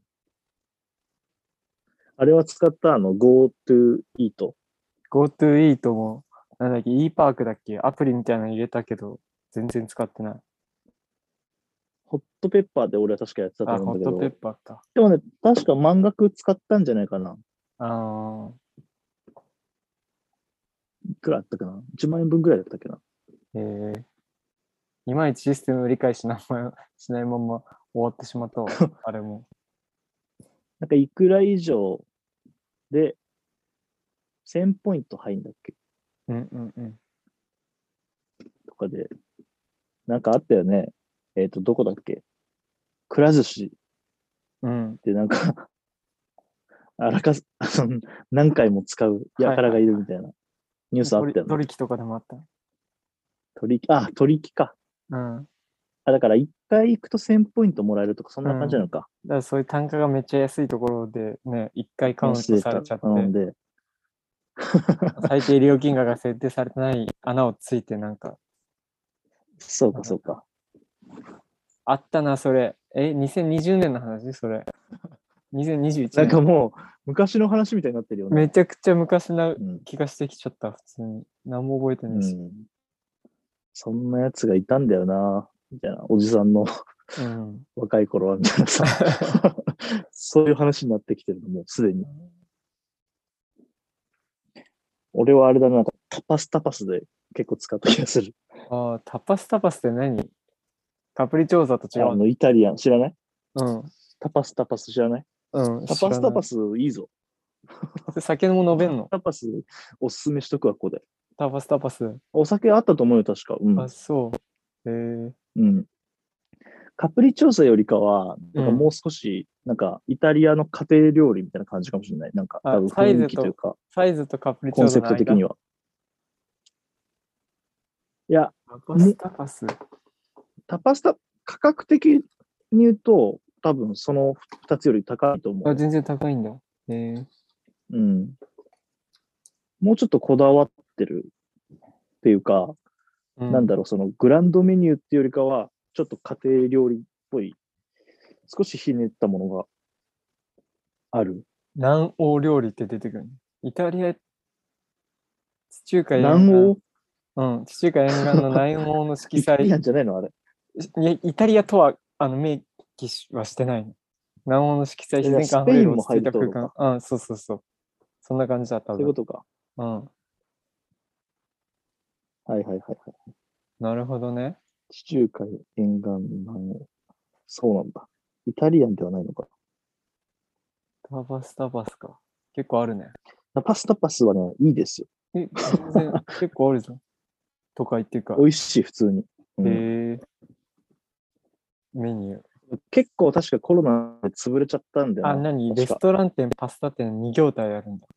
Speaker 1: あれは使ったあの GoTo Eat。
Speaker 2: GoTo イートも、なんだっけ、e パークだっけ、アプリみたいなの入れたけど、全然使ってない。
Speaker 1: ホットペッパーで俺は確かやってたと
Speaker 2: あ、
Speaker 1: 思
Speaker 2: ホ
Speaker 1: うん
Speaker 2: ッ
Speaker 1: だ
Speaker 2: ト
Speaker 1: け
Speaker 2: ペッ
Speaker 1: ど、
Speaker 2: パーか。
Speaker 1: でもね、確か満額使ったんじゃないかな。
Speaker 2: あー
Speaker 1: いくらあったかな ?1 万円分ぐらいだったっけな。
Speaker 2: えー、いまいちシステムを理解しなましな
Speaker 1: [laughs]
Speaker 2: いまま終わってしまったわ、あれも。
Speaker 1: なんかいくら以上で、1000ポイント入んだっけ
Speaker 2: うんうんうん。
Speaker 1: とかで、なんかあったよね。えっ、と、どこだっけくら寿司
Speaker 2: うん。
Speaker 1: でなんか、 [laughs] あらかす、その何回も使う輩がいるみたいなニュースあったよね。
Speaker 2: 取引とかでもあった。
Speaker 1: 取り、あ、取り引きか。
Speaker 2: うん。だか
Speaker 1: あ、だから一回行くと1000ポイントもらえるとか、そんな感じなのか。
Speaker 2: らそういう単価がめっちゃ安いところでね、一回カウントされちゃって、
Speaker 1: なので、
Speaker 2: 最低料金額が設定されてない穴をついてなんか、
Speaker 1: そうかそうか。
Speaker 2: あったな、それ。え、2020年の話そ
Speaker 1: [laughs]
Speaker 2: れ。2021
Speaker 1: なんか
Speaker 2: 年。
Speaker 1: もう、昔の話みたいになってるよね。
Speaker 2: めちゃくちゃ昔な
Speaker 1: うん
Speaker 2: 気がしてきちゃった、普通に。何も覚えてな
Speaker 1: う
Speaker 2: いし。
Speaker 1: ん、そんなやつがいたんだよな、みたいな。おじさんの [laughs]
Speaker 2: うん。
Speaker 1: 若い頃は、みたいなさ。 [laughs] そういう話になってきてるの、もうすでに。俺はあれだな、なんかタパスタパスで結構使った気がする。 [laughs]
Speaker 2: ああ、タパスタパスって何カプリチョーザと違
Speaker 1: あ
Speaker 2: うの
Speaker 1: の、イタリアン、知らない
Speaker 2: うん。
Speaker 1: タパスタパス知らない
Speaker 2: うん。
Speaker 1: タパスタパ
Speaker 2: ス。
Speaker 1: スいいぞ。
Speaker 2: 酒も飲めんの
Speaker 1: タパスおすすめしとくわ、ここで。
Speaker 2: タパスタパス。
Speaker 1: お酒あったと思うよ、確か。うん
Speaker 2: あ、。そう。へえ。
Speaker 1: うん、カプリチョーザよりかは、なんか
Speaker 2: うん
Speaker 1: もう少し、なんかイタリアの家庭料理みたいな感じかもしれない。なんか
Speaker 2: あ
Speaker 1: 多分
Speaker 2: サイズ
Speaker 1: 雰囲気というか、
Speaker 2: サイズとカプリチ
Speaker 1: コ
Speaker 2: ョ
Speaker 1: ン
Speaker 2: ーザ
Speaker 1: セ
Speaker 2: の
Speaker 1: プ
Speaker 2: 間
Speaker 1: ト的には。いや、
Speaker 2: タパスタパス。
Speaker 1: タパスタ、価格的に言うと、多分その2つより高いと思う
Speaker 2: あ、。全然高いんだ。へえ。
Speaker 1: うん。もうちょっとこだわってるっていうか、
Speaker 2: う
Speaker 1: なんだろう、そのグランドメニューっていうよりかは、ちょっと家庭料理っぽい、少しひねったものがある。
Speaker 2: 南欧料理って出てくるのイタリア、地中海沿岸
Speaker 1: 南欧
Speaker 2: うん、地中海沿岸の南欧の色
Speaker 1: イタリア
Speaker 2: 彩。
Speaker 1: ンじゃないのあれ。
Speaker 2: いやイタリアとはあの明記はしてないの。南欧の色彩
Speaker 1: いや
Speaker 2: 自然感あふれ
Speaker 1: スペイ
Speaker 2: る
Speaker 1: ンも
Speaker 2: 落ち着い
Speaker 1: 入
Speaker 2: た空
Speaker 1: ると
Speaker 2: 間。うん、そうそうそう。そんな感じだっ
Speaker 1: そ
Speaker 2: た。多
Speaker 1: ういうこと
Speaker 2: 分
Speaker 1: か。
Speaker 2: うん。
Speaker 1: はいはいはいはい。
Speaker 2: なるほどね。
Speaker 1: 地中海沿岸南欧。そうなんだ。イタリアンではないのか。
Speaker 2: タバスタバスか。結構あるね。
Speaker 1: パスタパスはね、いいですよ。
Speaker 2: え、
Speaker 1: [laughs]
Speaker 2: 全然結構あるじゃん。都会っていうか。
Speaker 1: 美味しい、普通に。うん
Speaker 2: へえ。メニュー。
Speaker 1: 結構確かコロナで潰れちゃったんだよ
Speaker 2: あ、
Speaker 1: ね。
Speaker 2: 何
Speaker 1: 確
Speaker 2: レ
Speaker 1: か
Speaker 2: ストラン店、パスタ店、2業態あるんだ。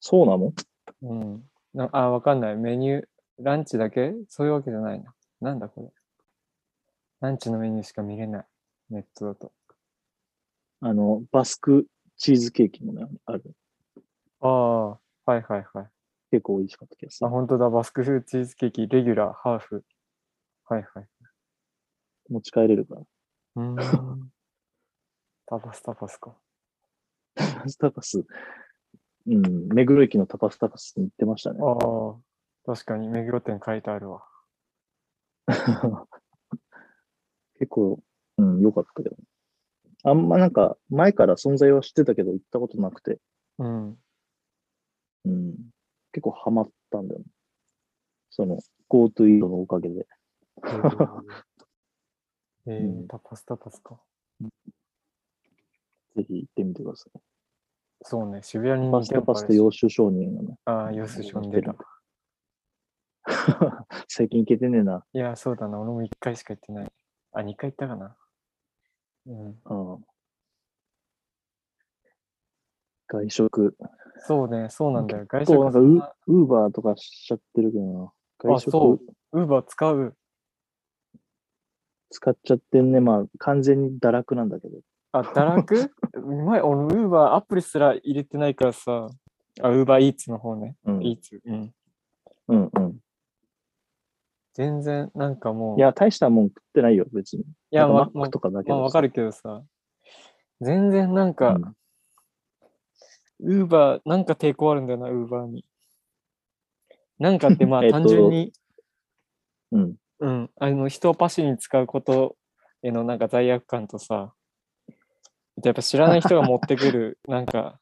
Speaker 1: そうなの
Speaker 2: うん。なあ、わかんない。メニュー、ランチだけそういうわけじゃないな。なんだこれ。ランチのメニューしか見れない。ネットだと。
Speaker 1: あの、バスクチーズケーキもね、ある。
Speaker 2: ああ、はいはいはい。
Speaker 1: 結構美味しかったけど
Speaker 2: あ、
Speaker 1: さ。
Speaker 2: 本当だ。バスク風チーズケーキ、レギュラー、ハーフ。はいはい。
Speaker 1: 持ち帰れるから。
Speaker 2: うーん。 [laughs] タパスタパスか。
Speaker 1: タパスタパス。うん、目黒駅のタパスタパスに行ってましたね
Speaker 2: あ。あ、確かに、目黒店書いてあるわ。
Speaker 1: [laughs] 結構、うん、良かったけど。あんまなんか、前から存在は知ってたけど、行ったことなくて、
Speaker 2: うん。
Speaker 1: うん、結構ハマったんだよね。その、GoTo イートのおかげで。
Speaker 2: [laughs] えーえー
Speaker 1: うん
Speaker 2: タパスタパスか。
Speaker 1: ぜひ行ってみてください。
Speaker 2: そうね、渋谷に
Speaker 1: タ
Speaker 2: 2
Speaker 1: パスタ
Speaker 2: 店
Speaker 1: パ
Speaker 2: 舗
Speaker 1: ス
Speaker 2: あ
Speaker 1: と
Speaker 2: るし。
Speaker 1: 洋酒商人がね、
Speaker 2: ああ、よすしょんでた。
Speaker 1: [laughs] 最近行けてねえな。
Speaker 2: いや、そうだな、俺も1回しか行ってない。あ、2回行ったかな。うん。
Speaker 1: うん外食。
Speaker 2: そうね、そうなんだよ。外
Speaker 1: 結構
Speaker 2: 食
Speaker 1: なん
Speaker 2: そ
Speaker 1: か
Speaker 2: ん
Speaker 1: ウ
Speaker 2: な、
Speaker 1: ウーバーとかしちゃってるけどな。外
Speaker 2: あそう
Speaker 1: 食
Speaker 2: ウーバー使う。
Speaker 1: 使っちゃってんね。まあ、完全に堕落なんだけど。
Speaker 2: あ、堕落
Speaker 1: [laughs]
Speaker 2: うまい。俺、ウーバーアプリすら入れてないからさ。あ、ウーバーイーツの方ね。
Speaker 1: うん。
Speaker 2: イーツ。うん。
Speaker 1: うんうん。
Speaker 2: 全然、なんかもう。
Speaker 1: いや、大したもん食ってないよ、別に。い
Speaker 2: いや、
Speaker 1: マ
Speaker 2: ま、
Speaker 1: ックとかだけ
Speaker 2: まあ、
Speaker 1: ど
Speaker 2: わ
Speaker 1: さ。
Speaker 2: かるけどさ。全然なんか、
Speaker 1: うん
Speaker 2: ウーバー、なんか抵抗あるんだよな、ウーバーに。なんかって、ま
Speaker 1: [laughs]
Speaker 2: あ、
Speaker 1: えっと
Speaker 2: 単純に、
Speaker 1: うん。
Speaker 2: うん、あの、人をパシに使うことへのなんか罪悪感とさ、やっぱ知らない人が持ってくる、なんか、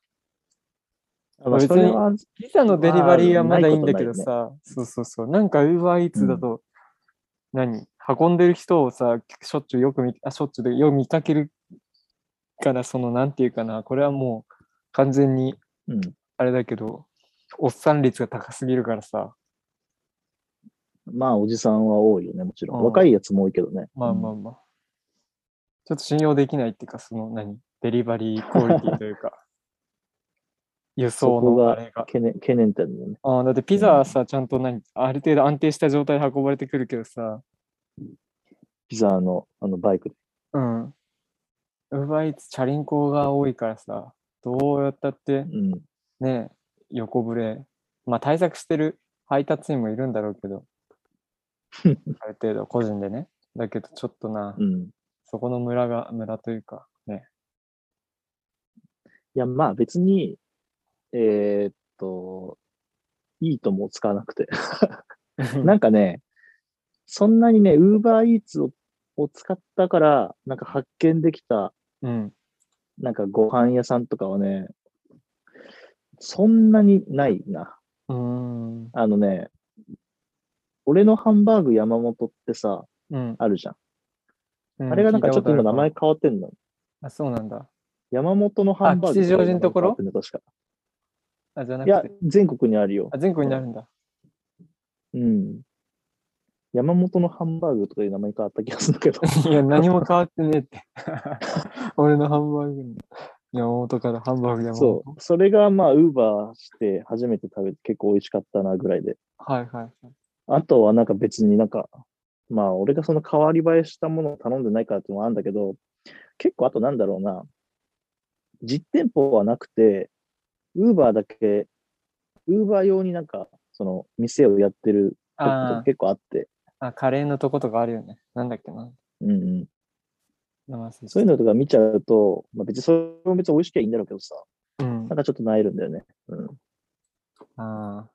Speaker 1: まあ
Speaker 2: 別
Speaker 1: そ
Speaker 2: に
Speaker 1: れは、
Speaker 2: ピザのデリバリーはまだいいんだけ
Speaker 1: な
Speaker 2: ど
Speaker 1: いこ
Speaker 2: さ、そうそうそう、なんか Uber Eats だと、何運んでる人をさ、しょっちゅうよく見、あ、しょっちゅうでよく見かけるから、その、なんていうかな、これはもう、完全に
Speaker 1: うん。
Speaker 2: あれだけど、おっさん率が高すぎるからさ、
Speaker 1: まあ、おじさんは多いよね、もちろ。
Speaker 2: うんん
Speaker 1: 若いやつも多いけどね。
Speaker 2: まあまあまあ、ちょっと信用できないっていうか、その何、デリバリークオリテ [laughs] ィというか、輸
Speaker 1: そ
Speaker 2: 送
Speaker 1: こ
Speaker 2: の
Speaker 1: が
Speaker 2: あれが。
Speaker 1: 懸念懸念点だよね。
Speaker 2: ああだってピザはさ、ちゃんと何、ある程度安定した状態で運ばれてくるけどさ、
Speaker 1: ピザのあのバイクで。
Speaker 2: うん。ウーバーイーツ、チャリンコが多いからさ、どうやったって
Speaker 1: うん。
Speaker 2: ね、横ぶれ。まあ対策してる配達員もいるんだろうけ [laughs] ど、ある程度個人でね。だけどちょっとな、
Speaker 1: うん。
Speaker 2: そこの村が、村というか、ね。
Speaker 1: いや、まあ別に、えーっと、いいとも使わなくて。なんかね、そんなにね、ウーバーイーツをを使ったから、なんか発見できた、
Speaker 2: [laughs] うん。
Speaker 1: なんかご飯屋さんとかはね、そんなにないな。
Speaker 2: うーん。
Speaker 1: あのね、俺のハンバーグ山本ってさ、
Speaker 2: うん。
Speaker 1: あるじゃん。
Speaker 2: う
Speaker 1: あれがなんかちょっと今名。
Speaker 2: 聞い
Speaker 1: 前
Speaker 2: たこ
Speaker 1: 変わってんの。
Speaker 2: あるかもあ、そうなんだ。
Speaker 1: 山本のハンバーグ。
Speaker 2: あ吉祥寺のところ
Speaker 1: 変わってんの確か。
Speaker 2: あ、じゃない
Speaker 1: や
Speaker 2: くて。、
Speaker 1: 全国にあるよ。
Speaker 2: あ、全国になるんだ。
Speaker 1: うん。山本のハンバーグとかいう名前変わった気がするけど。
Speaker 2: いや、何も変わってね
Speaker 1: [laughs]
Speaker 2: えって。俺のハンバーグの山本からハンバーグ山本。
Speaker 1: そう。それがまあ、ウーバーして初めて食べて結構美味しかったなぐらいで。
Speaker 2: はいはいはい。
Speaker 1: あとはなんか別になんか、まあ、俺がその変わり映えしたものを頼んでないからっていうのもあるんだけど、結構あとなんだろうな。実店舗はなくて、ウーバーだけ、ウーバー用になんか、その店をやってるとこ
Speaker 2: あ
Speaker 1: と結構あって、
Speaker 2: あ、あカレーのとことかあるよね。なんだっけな。
Speaker 1: うんうん。
Speaker 2: 名前忘れてた
Speaker 1: そういうのとか見ちゃうと、まあ別にそれも別に美味しきゃいいんだろうけどさ、
Speaker 2: うん
Speaker 1: なんかちょっと萎えるんだよね。うん。
Speaker 2: あ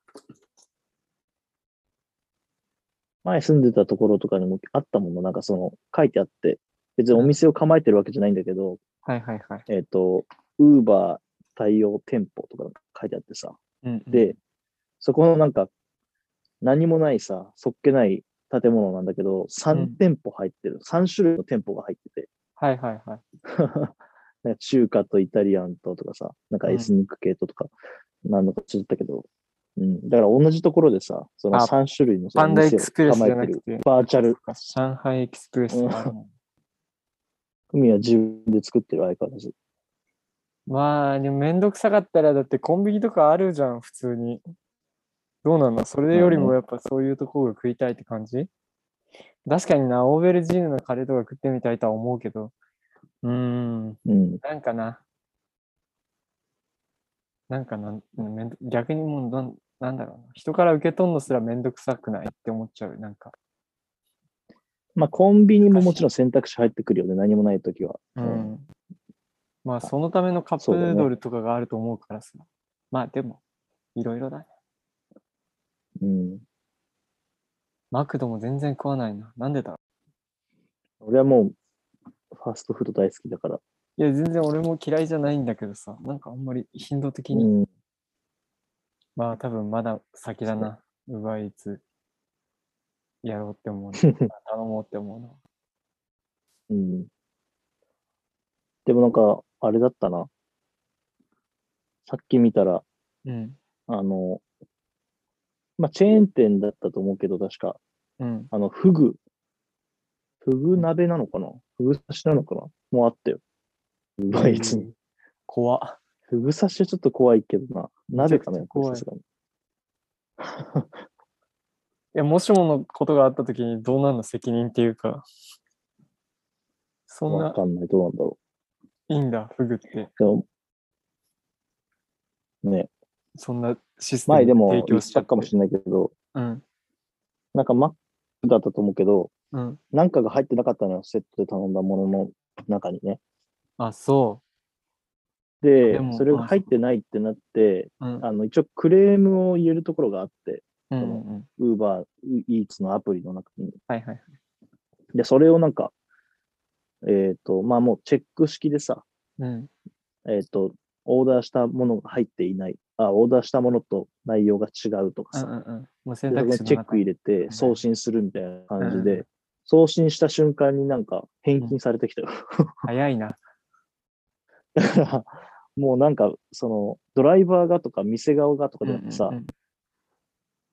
Speaker 1: 前住んでたところとかにもあったもの、なんかその書いてあって、別にお店を構えてるわけじゃないんだけど、
Speaker 2: あ、はいはいはい。
Speaker 1: えっ、と、ウーバー対応店舗とかなんか書いてあってさ、
Speaker 2: うん、
Speaker 1: で、そこのなんか何もないさ、そっけない建物なんだけど、
Speaker 2: う
Speaker 1: 3
Speaker 2: ん
Speaker 1: 店舗入ってる、3種類の店舗が入って [laughs] て、
Speaker 2: はいはいはい。
Speaker 1: なんか中華とイタリアンととかさ、なんかエスニック系ととか、なんだかちょっとだけど、うん。だから同じところでさ、その
Speaker 2: あ
Speaker 1: 3種類のそ
Speaker 2: パ
Speaker 1: の
Speaker 2: ンダエ
Speaker 1: 店
Speaker 2: クスプレ
Speaker 1: を
Speaker 2: スじ
Speaker 1: 構え
Speaker 2: ゃ
Speaker 1: て
Speaker 2: なく
Speaker 1: る
Speaker 2: て、
Speaker 1: バーチャル
Speaker 2: そっか上海エクスプレスがあるの
Speaker 1: 海は自分で作ってる相変わらず。
Speaker 2: まあ、でもめんどくさかったら、だってコンビニとかあるじゃん、普通に。どうなのそれより
Speaker 1: まあ
Speaker 2: もやっぱそういうところが食いたいって感じ確かにな、オーベルジーヌのカレーとか食ってみたいとは思うけど。うーん。
Speaker 1: うん。
Speaker 2: なんかな、なんかなんめんど逆にもうなんなんだろうな、人から受け取るのすらめんどくさくないって思っちゃう、なんか。
Speaker 1: まあ、コンビニももちろん選択肢入ってくるよね。何もないときは。
Speaker 2: う
Speaker 1: うん
Speaker 2: ん。まあ、そのためのカップ
Speaker 1: そうだね
Speaker 2: ヌードルとかがあると思うからさ。まあ、でも、いろいろだね。
Speaker 1: うん。
Speaker 2: マクドも全然食わないな。なんでだろ
Speaker 1: 俺はもう、ファストフード大好きだから。
Speaker 2: う。いや、全然俺も嫌いじゃないんだけどさ、なんかあんまり頻度的
Speaker 1: う
Speaker 2: に。
Speaker 1: ん。
Speaker 2: まあ、多分まだ先だな。ウーバーイーツやろうっ
Speaker 1: [laughs]
Speaker 2: て思うの。頼もうって思うの。
Speaker 1: うん。でもなんか、あれだったな。さっき見たら、
Speaker 2: うん。
Speaker 1: あの、まあ、チェーン店だったと思うけど、確か、
Speaker 2: うん。
Speaker 1: あの、フグ。フグ鍋なのかなフグ刺しなのかなもうあったよ。うまいいつに。
Speaker 2: 怖っ
Speaker 1: ふぐ刺しはちょっと怖いけどな。鍋かな、や
Speaker 2: めちゃくち
Speaker 1: っぱり
Speaker 2: ゃ怖
Speaker 1: さ
Speaker 2: い
Speaker 1: すがに
Speaker 2: いや、もしものことがあったときにどうなんの責任っていうか、そん
Speaker 1: わ
Speaker 2: な
Speaker 1: か、んない、どうなんだろ
Speaker 2: いいんだ、フグって。
Speaker 1: う。でも、ね、
Speaker 2: そんなシステム
Speaker 1: 前でも
Speaker 2: 提
Speaker 1: 言
Speaker 2: 供
Speaker 1: っ
Speaker 2: しち
Speaker 1: た
Speaker 2: ゃって
Speaker 1: かもしれないけど、
Speaker 2: うん。
Speaker 1: なんかマックだったと思うけど、
Speaker 2: うん。
Speaker 1: なんかが入ってなかったのよ、セットで頼んだものの中にね。
Speaker 2: あ、そ
Speaker 1: で
Speaker 2: で、も
Speaker 1: それが入ってないってなって、
Speaker 2: う。うん。
Speaker 1: あの、一応クレームを入れるところがあって、
Speaker 2: うんうんうん。
Speaker 1: ウーバーイーツのアプリの中に。
Speaker 2: はいはい。
Speaker 1: で、それをなんか、えっ、と、まあもうチェック式でさ、
Speaker 2: うん。
Speaker 1: えっ、と、オーダーしたものが入っていない、あ、オーダーしたものと内容が違うとか
Speaker 2: うん
Speaker 1: さ、
Speaker 2: うんうん。もう選
Speaker 1: でそこ
Speaker 2: 択
Speaker 1: に
Speaker 2: 肢の
Speaker 1: チェック入
Speaker 2: れ
Speaker 1: れて送信するみたいな感じ
Speaker 2: うんう
Speaker 1: で、送信した瞬
Speaker 2: [laughs]
Speaker 1: 間になんか返金されてきたよ。
Speaker 2: 早いな。
Speaker 1: だから、もうなんか、その、ドライバーがとか、店側がとか
Speaker 2: うん
Speaker 1: で
Speaker 2: うんうん
Speaker 1: さ、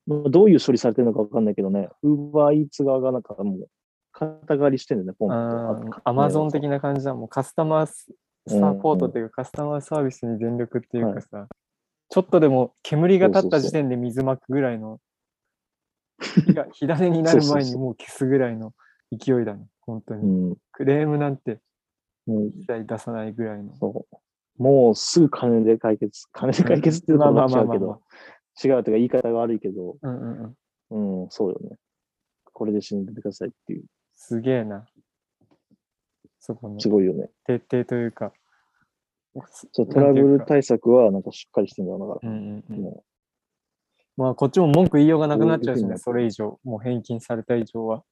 Speaker 1: もうどういう処理されてるのかわかんないけどね、ウーバーイーツ側がなんかもう、肩代わりしてんだよね、ポン
Speaker 2: あ
Speaker 1: と。
Speaker 2: アマゾン的な感じだ。もうカスタマースサポートっていうか、カスタマーサービスに全力っていうかさ、ちょっとでも煙が立った時点で水まくぐら
Speaker 1: [laughs]
Speaker 2: いの、火が火種になる
Speaker 1: そうそ
Speaker 2: 前
Speaker 1: う
Speaker 2: に
Speaker 1: そ
Speaker 2: もう消すぐらいの勢いだね。本当
Speaker 1: う
Speaker 2: に。
Speaker 1: ん。
Speaker 2: クレームなんて
Speaker 1: もう、
Speaker 2: 一切出さないぐらいの。
Speaker 1: そう。もうすぐ金で解決。金で解決っていうのもなっちゃうけど、違うというか言い方が悪いけど、
Speaker 2: まあまあまあまあ。うんうんうん。
Speaker 1: うん、そうよね。これで死んでてくださいっていう、
Speaker 2: すげえな。そこの
Speaker 1: すごいよね。
Speaker 2: 徹底というか。
Speaker 1: そう、トラブル
Speaker 2: なんていうか
Speaker 1: 対策はなんかしっかりしてんだよ、だか
Speaker 2: う
Speaker 1: ら。
Speaker 2: んうんうん
Speaker 1: も
Speaker 2: まあこっちも文句言いようがなくなっちゃうし
Speaker 1: そういうふうにな
Speaker 2: ね、
Speaker 1: る
Speaker 2: それ以上。もう返金された以上は。
Speaker 1: う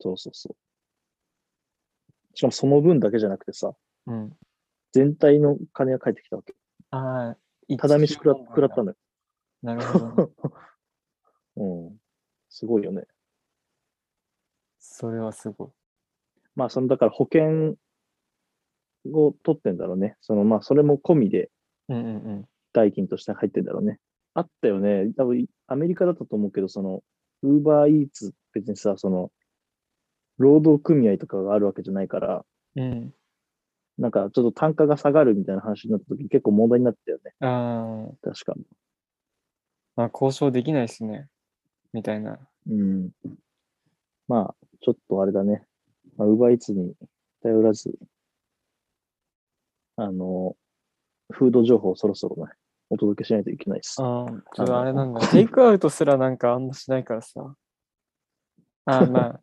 Speaker 1: そうそうそう。しかもその分だけじゃなくてさ、
Speaker 2: うん。
Speaker 1: 全体の金が返ってきたわけ。
Speaker 2: ああ、
Speaker 1: ただ飯食ら食らった
Speaker 2: ん
Speaker 1: ん
Speaker 2: だ。
Speaker 1: だよ。
Speaker 2: なるほど
Speaker 1: [laughs]
Speaker 2: ね。
Speaker 1: うん。すごいよね。
Speaker 2: それはすごい。
Speaker 1: まあ、その、だから保険を取ってんだろうね。その、まあ、それも込みで
Speaker 2: うんうんうん。
Speaker 1: 代金として入ってんだろうね。あったよね。多分、アメリカだったと思うけど、その、ウーバーイーツ別にさ、その、労働組合とかがあるわけじゃないから、
Speaker 2: うん。
Speaker 1: なんかちょっと単価が下がるみたいな話になった時結構問題になったよね。
Speaker 2: ああ、
Speaker 1: 確か。
Speaker 2: まあ交渉できないしね。みたいな。
Speaker 1: うん。まあ、ちょっとあれだね。まあ、ウーバーイーツに頼らず、あの、フード情報をそろそろね、お届けしないといけないです。
Speaker 2: ああ、ちょっとあれなんだ。テイクアウトすらなんかあんましないからさ。ああ、ま
Speaker 1: [laughs]
Speaker 2: あ、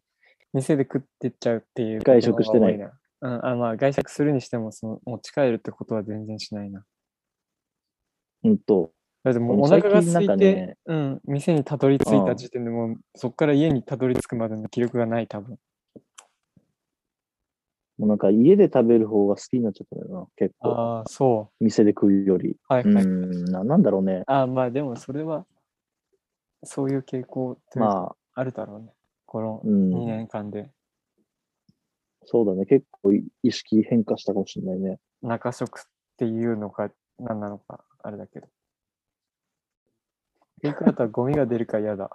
Speaker 2: 店で食ってっちゃうっていう。
Speaker 1: 外食してない
Speaker 2: な。うん、あまあ、外食するにしても、その持ち帰るってことは全然しないな。
Speaker 1: うんと、
Speaker 2: だっても
Speaker 1: で
Speaker 2: う
Speaker 1: も
Speaker 2: お腹が
Speaker 1: 最近
Speaker 2: 空
Speaker 1: なん
Speaker 2: い
Speaker 1: か
Speaker 2: て、
Speaker 1: ね
Speaker 2: うん、店にたどり着
Speaker 1: う
Speaker 2: いた
Speaker 1: ん
Speaker 2: 時点でもう、そこから家にたどり着くまでの気力がない、多分。
Speaker 1: もうなんか家で食べる方が好きになっちゃったんだよな、結構。
Speaker 2: ああ、そ
Speaker 1: 店で食うより。
Speaker 2: う。はいうはい。
Speaker 1: ん、ななんだろうね。
Speaker 2: ああ、まあでもそれは、そういう傾向というか、
Speaker 1: まあ、
Speaker 2: あるだろうね。この
Speaker 1: うん
Speaker 2: 2年間で、
Speaker 1: そうだね。結構い意識変化したかもしれないね。
Speaker 2: 中食っていうのか、何なのか、あれだけど。テイクアウトはゴミが出るから嫌だ。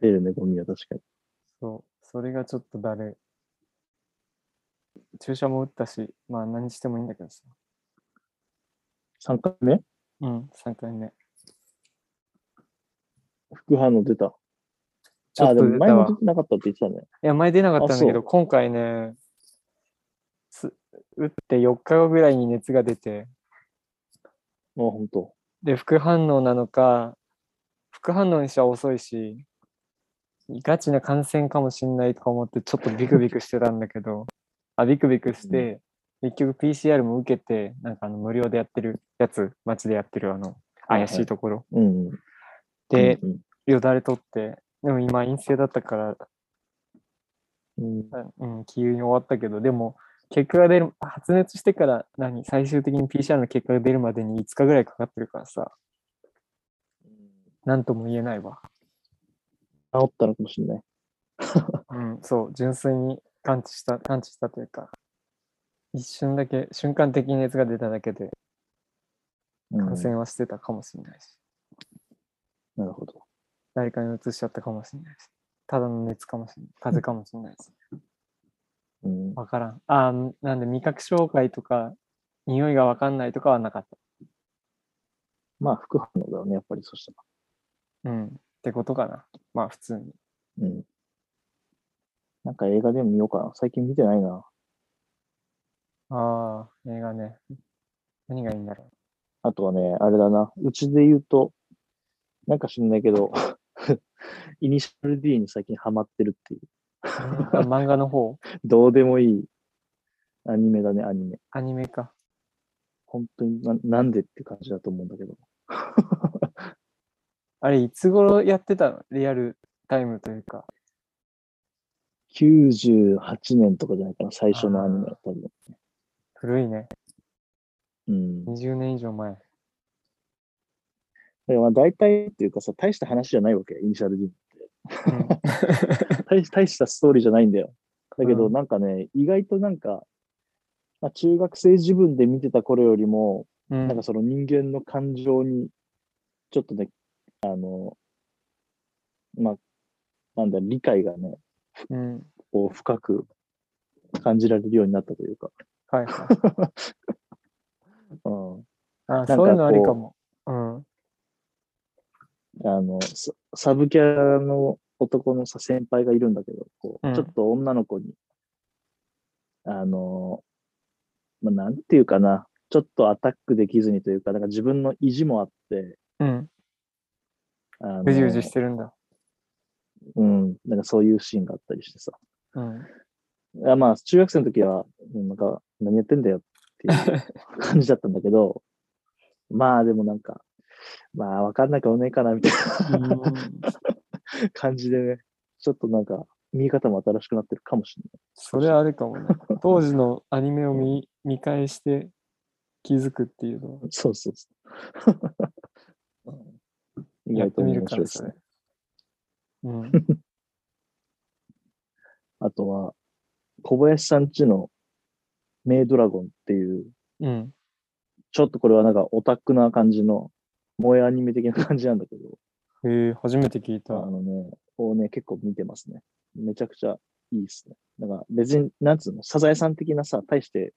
Speaker 1: 出るね、ゴミは確かに。
Speaker 2: そう、それがちょっとだるい。注射も打ったし、まあ何してもいいんだけどさ。
Speaker 1: 3回目
Speaker 2: うん、3回目。
Speaker 1: 副反応出た。
Speaker 2: ちょ
Speaker 1: あ、
Speaker 2: っ
Speaker 1: で
Speaker 2: と
Speaker 1: も
Speaker 2: 出
Speaker 1: 前
Speaker 2: た
Speaker 1: も
Speaker 2: わ
Speaker 1: 出。てなかったって言ってたね。
Speaker 2: いや、前出なかったんだけ
Speaker 1: あそ
Speaker 2: ど、
Speaker 1: う
Speaker 2: 今回ね、す打って4日後ぐらいに熱が出て、
Speaker 1: あ、ほんと。
Speaker 2: で、副反応なのか、副反応にしては遅いし、ガチな感染かもしんないとか思って、ちょっとビクビクしてたんだけど、あ、ビクビクして、結局 PCR も受けて、なんかあの無料でやってるやつ、街でやってるあの、
Speaker 1: はいは
Speaker 2: 怪
Speaker 1: い
Speaker 2: しいところ。
Speaker 1: うん。
Speaker 2: で、
Speaker 1: うん
Speaker 2: よだれ取って、でも今陰性だったから、
Speaker 1: うん、
Speaker 2: うん、急に終わったけど、でも、結果が出る、発熱してから何、最終的に PCR の結果が出るまでに5日ぐらいかかってるからさ、なんとも言えないわ。
Speaker 1: 治ったのかもしれない。
Speaker 2: うん、そう、純粋に感知した、感知したというか、一瞬だけ、瞬間的に熱が出ただけで、
Speaker 1: うん
Speaker 2: 感染はしてたかもしれないし、
Speaker 1: なるほど。
Speaker 2: 誰かに移しちゃったかもしれないし、ただの熱かもしれない、風邪かもしれないし、
Speaker 1: うん、
Speaker 2: わからん。あーなんで、味覚障害とか、匂いがわかんないとかはなかった。
Speaker 1: まあ、副反応だよね、やっぱりそした
Speaker 2: うん、ってことかな。まあ、普通に。
Speaker 1: ら。うん。なんか映画でも見ようかな。最近見てないな。
Speaker 2: ああ、映画ね。何がいいんだ [laughs] ろ
Speaker 1: あとはね、あれだな。うちで言うと、なんか知んないけど、 [laughs] イニシャル D に最近ハマってるっていう。
Speaker 2: う。あ漫画の方
Speaker 1: どうでもいいアニメだね、アニメ。
Speaker 2: アニメか。
Speaker 1: 本当にななんでって感じだと思うんだけど。
Speaker 2: あれ、いつ頃やってたのリアルタイムというか。
Speaker 1: 98年とかじゃないかな、最初のアニメだったの。
Speaker 2: 古いね。
Speaker 1: うん。
Speaker 2: 20年以上前。
Speaker 1: だからまあ大体っていうかさ、大した話じゃないわけ、イニシャル [laughs] D 大し。大したストーリーじゃないんだよ。だけど、
Speaker 2: うん
Speaker 1: なんかね、意外となんか、まあ、中学生自分で見てた頃よりも、
Speaker 2: うん [laughs]
Speaker 1: なんかその人間の感情に、ちょっとね、あの、まあ、なんだ、理解がね、
Speaker 2: うん。
Speaker 1: こう深く感じられるようになったというか。
Speaker 2: はいはい。
Speaker 1: うん
Speaker 2: あ
Speaker 1: か
Speaker 2: そういうのありかも。うん。
Speaker 1: あの、ササブキャラの男のさ先輩がいるんだけど、こ
Speaker 2: うん
Speaker 1: うちょっと女の子に、あの、まあ、なんていうかな、ちょっとアタックできずにというか、なんか自分の意地もあって、
Speaker 2: うん。
Speaker 1: あの
Speaker 2: うじうじしてるんだ。
Speaker 1: うん、なんかそういうシーンがあったりしてさ。
Speaker 2: うん。
Speaker 1: あまあ、中学生の時は、うんなんか、何やってんだよっていう
Speaker 2: [laughs]
Speaker 1: 感じだったんだけど、まあでもなんか、まあわかんなきゃおねえかなみたいな感じでね、ちょっとなんか、見方も新しくなってるかもしれない。
Speaker 2: それあるか [laughs] もね。当時のアニメを見見返して気づくっていうのは
Speaker 1: そうそうそう。うん意
Speaker 2: [laughs] や
Speaker 1: 外
Speaker 2: って
Speaker 1: と
Speaker 2: みる
Speaker 1: 面
Speaker 2: か
Speaker 1: 白い
Speaker 2: ら
Speaker 1: で
Speaker 2: そ
Speaker 1: す
Speaker 2: れ
Speaker 1: ね。。
Speaker 2: うん。
Speaker 1: あとは、小林さんちのメイドラゴンっていう、
Speaker 2: うん。
Speaker 1: ちょっとこれはなんかオタクな感じの、萌えアニメ的な感じなんだけど、
Speaker 2: えー、初めて聞いた。
Speaker 1: あのね、こうね、結構見てますね。めちゃくちゃいいですね。なんか別に、なんつうの、サザエさん的なさ、大して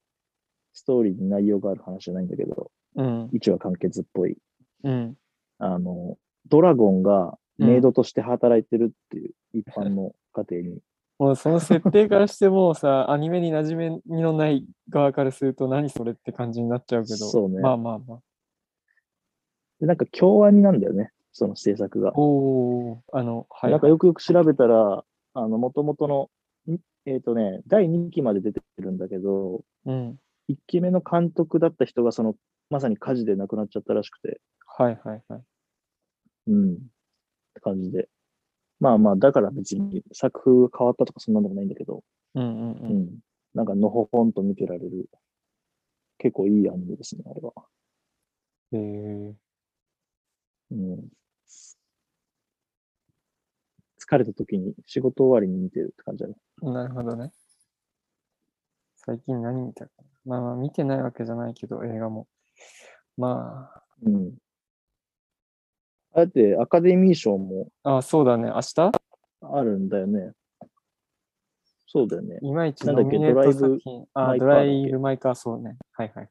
Speaker 1: ストーリーに内容がある話じゃないんだけど、
Speaker 2: うん。
Speaker 1: 一話完結っぽい。
Speaker 2: うん。
Speaker 1: あの、ドラゴンがメイドとして働いてるっていう、一般の家庭に。
Speaker 2: もうその設定からしてもうさ、 [laughs] アニメに馴染みのない側からすると何それって感じになっちゃ [laughs] うけど。
Speaker 1: そうね
Speaker 2: まあまあまあ。
Speaker 1: で、なんか京アニなんだよね、その制作が。
Speaker 2: おお、あの、はい。
Speaker 1: なんかよくよく調べたら、あの、もともとの、んえっ、とね、第2期まで出てるんだけど、
Speaker 2: うん。
Speaker 1: 1期目の監督だった人が、その、まさに火事で亡くなっちゃったらしくて、
Speaker 2: はいはいはい。
Speaker 1: うん、って感じで。まあまあ、だから別に作風が変わったとかそんなのもないんだけど、
Speaker 2: うんうん
Speaker 1: う
Speaker 2: うん。
Speaker 1: ん。なんかのほほんと見てられる、結構いいアニメですね、あれは。
Speaker 2: えー、
Speaker 1: うん疲れた時に仕事終わりに見てるって感じだね。
Speaker 2: なるほどね。最近何見たかなまあまあ見てないわけじゃないけど、映画も。ま
Speaker 1: うん。だってアカデミー賞も
Speaker 2: あ、あ、そうだね。明日
Speaker 1: あるんだよね。そうだよね。
Speaker 2: いまいち
Speaker 1: なん
Speaker 2: ノ
Speaker 1: だっけ
Speaker 2: ミネート作品。あ、ド
Speaker 1: マイカー
Speaker 2: ラ
Speaker 1: だっ
Speaker 2: イ
Speaker 1: け
Speaker 2: ブ・マイカー、そうね。はいはい。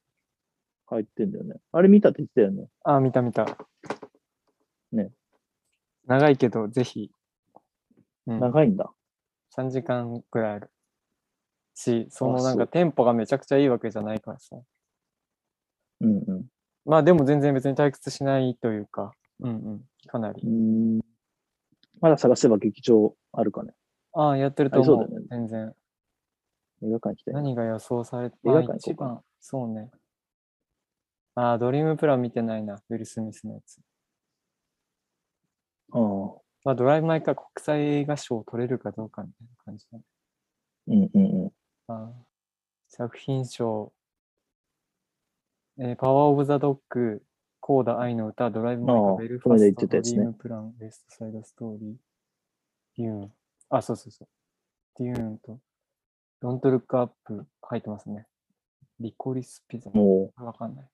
Speaker 1: 入ってんだよね。あれ見たって言ってたよね。
Speaker 2: あ、見た見た。
Speaker 1: ね。
Speaker 2: 長いけど、ぜひ。うん、
Speaker 1: 長いんだ。
Speaker 2: 3時間くらいある。し、その
Speaker 1: あ
Speaker 2: なん
Speaker 1: そ
Speaker 2: か
Speaker 1: う
Speaker 2: テンポがめちゃくちゃいいわけじゃないからさ。
Speaker 1: うんう
Speaker 2: まあでも全然別に退屈しないというか、うんうん、かなり。
Speaker 1: ん。うーんまだ探せば劇場あるかね。
Speaker 2: ああ、やってると思う。
Speaker 1: ありそうだよね
Speaker 2: 全然。
Speaker 1: 映画館行きたいね。
Speaker 2: 何が予想されて、
Speaker 1: 映
Speaker 2: まあ
Speaker 1: 画館
Speaker 2: 一
Speaker 1: 行こうか
Speaker 2: 番、そうね。ああ、ドリームプラン見てないな、ウィル・スミスのやつ。
Speaker 1: ああ。
Speaker 2: まあドライブ・マイカー国際映画賞を取れるかどうかみたいな感じだね。
Speaker 1: うんうんうん。
Speaker 2: ああ作品賞、えーパワー・オブ・ザ・ドッグ、コーダ・愛の歌、ドライブ・マイカ
Speaker 1: ああ
Speaker 2: ー、ベルフ
Speaker 1: この
Speaker 2: ァ
Speaker 1: 間
Speaker 2: ス
Speaker 1: 言っ
Speaker 2: ト、
Speaker 1: て
Speaker 2: ド
Speaker 1: た
Speaker 2: リ
Speaker 1: やつね
Speaker 2: ームプラン、ウエスト・サイド・ストーリー、デューン。あ、そうそうそう。デューンと、ドント・ルック・アップ入ってますね。リコリス・ピザ。
Speaker 1: も
Speaker 2: わかんない。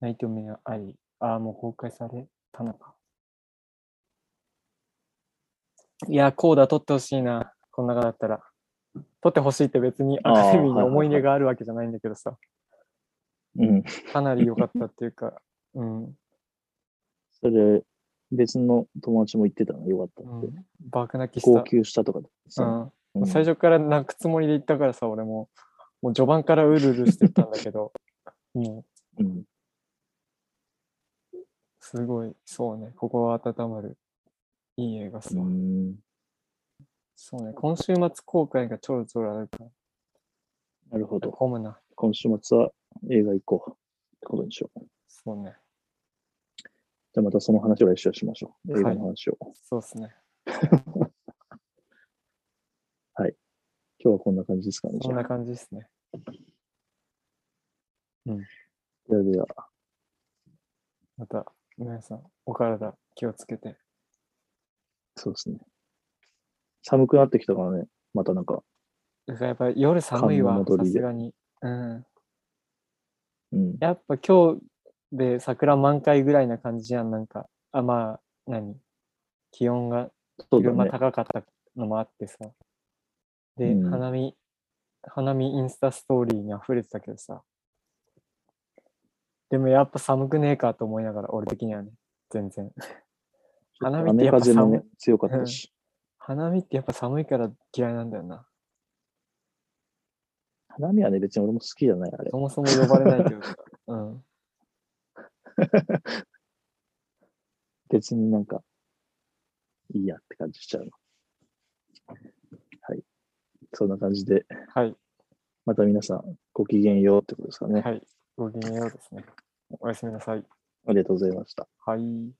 Speaker 2: ナイトメア・アリー。ああ、もう公開されたのか。いや、コーダ取ってほしいな。この中だったら。取ってほしいって別にアカデミーの思い出があるわけじゃないんだけどさ。
Speaker 1: う、うん。
Speaker 2: かなり良かったっていうか、うん、うん
Speaker 1: それ、別の友達も言ってたのよかったって。
Speaker 2: 爆泣き
Speaker 1: 号
Speaker 2: し
Speaker 1: 泣したとかで
Speaker 2: た。
Speaker 1: さ
Speaker 2: うん
Speaker 1: うん
Speaker 2: 最初から泣くつもりで行ったからさ、俺も、もう序盤からうるうるしてたんだけど、もう、
Speaker 1: うん
Speaker 2: すごい、そうね、ここは温まる、いい映画さ。
Speaker 1: うん
Speaker 2: そうね、今週末公開がちょろちょろあるから、
Speaker 1: なるほど。
Speaker 2: 混むな。
Speaker 1: 今週末は映画行こう。ってことにしよう。
Speaker 2: そうね、
Speaker 1: じゃあまたその話を来週しましょう。映画の話を。
Speaker 2: そうですね。
Speaker 1: 今日はこんな感じですかね。じ
Speaker 2: そん
Speaker 1: ゃ
Speaker 2: な
Speaker 1: あ
Speaker 2: 感じですね。
Speaker 1: ではでは、
Speaker 2: また、皆さん、お体気をつけて。
Speaker 1: そうですね。寒くなってきたからね、またなんか、
Speaker 2: やっぱり夜寒いわ
Speaker 1: 寒、の戻
Speaker 2: さ
Speaker 1: り
Speaker 2: す
Speaker 1: で
Speaker 2: がに。うん。
Speaker 1: うん。
Speaker 2: やっぱ今日で桜満開ぐらいな感じじゃん、なんか。あ、まあ、何気温が
Speaker 1: そうだ
Speaker 2: 昼間
Speaker 1: ね。
Speaker 2: 高かったのもあってさ。で、
Speaker 1: うん
Speaker 2: 花見、花見インスタストーリーに溢れてたけどさ。でもやっぱ寒くねえかと思いながら、俺的にはね、全然。花見って
Speaker 1: 雨
Speaker 2: やっぱ
Speaker 1: 風も
Speaker 2: 寒い
Speaker 1: ね、強かったし。
Speaker 2: 花見ってやっぱ寒いから嫌いなんだよな。
Speaker 1: 花見はね、別に俺も好きじゃない、あれ
Speaker 2: そ。もそも呼ばれないというか。うん。
Speaker 1: 別になんか、いいやって感じしちゃうの。はい。そんな感じで、
Speaker 2: はい。
Speaker 1: また皆さん、ごきげんようってことですかね。
Speaker 2: はい。ごきげんようですね。おやすみなさい。
Speaker 1: ありがとうございました。
Speaker 2: はい。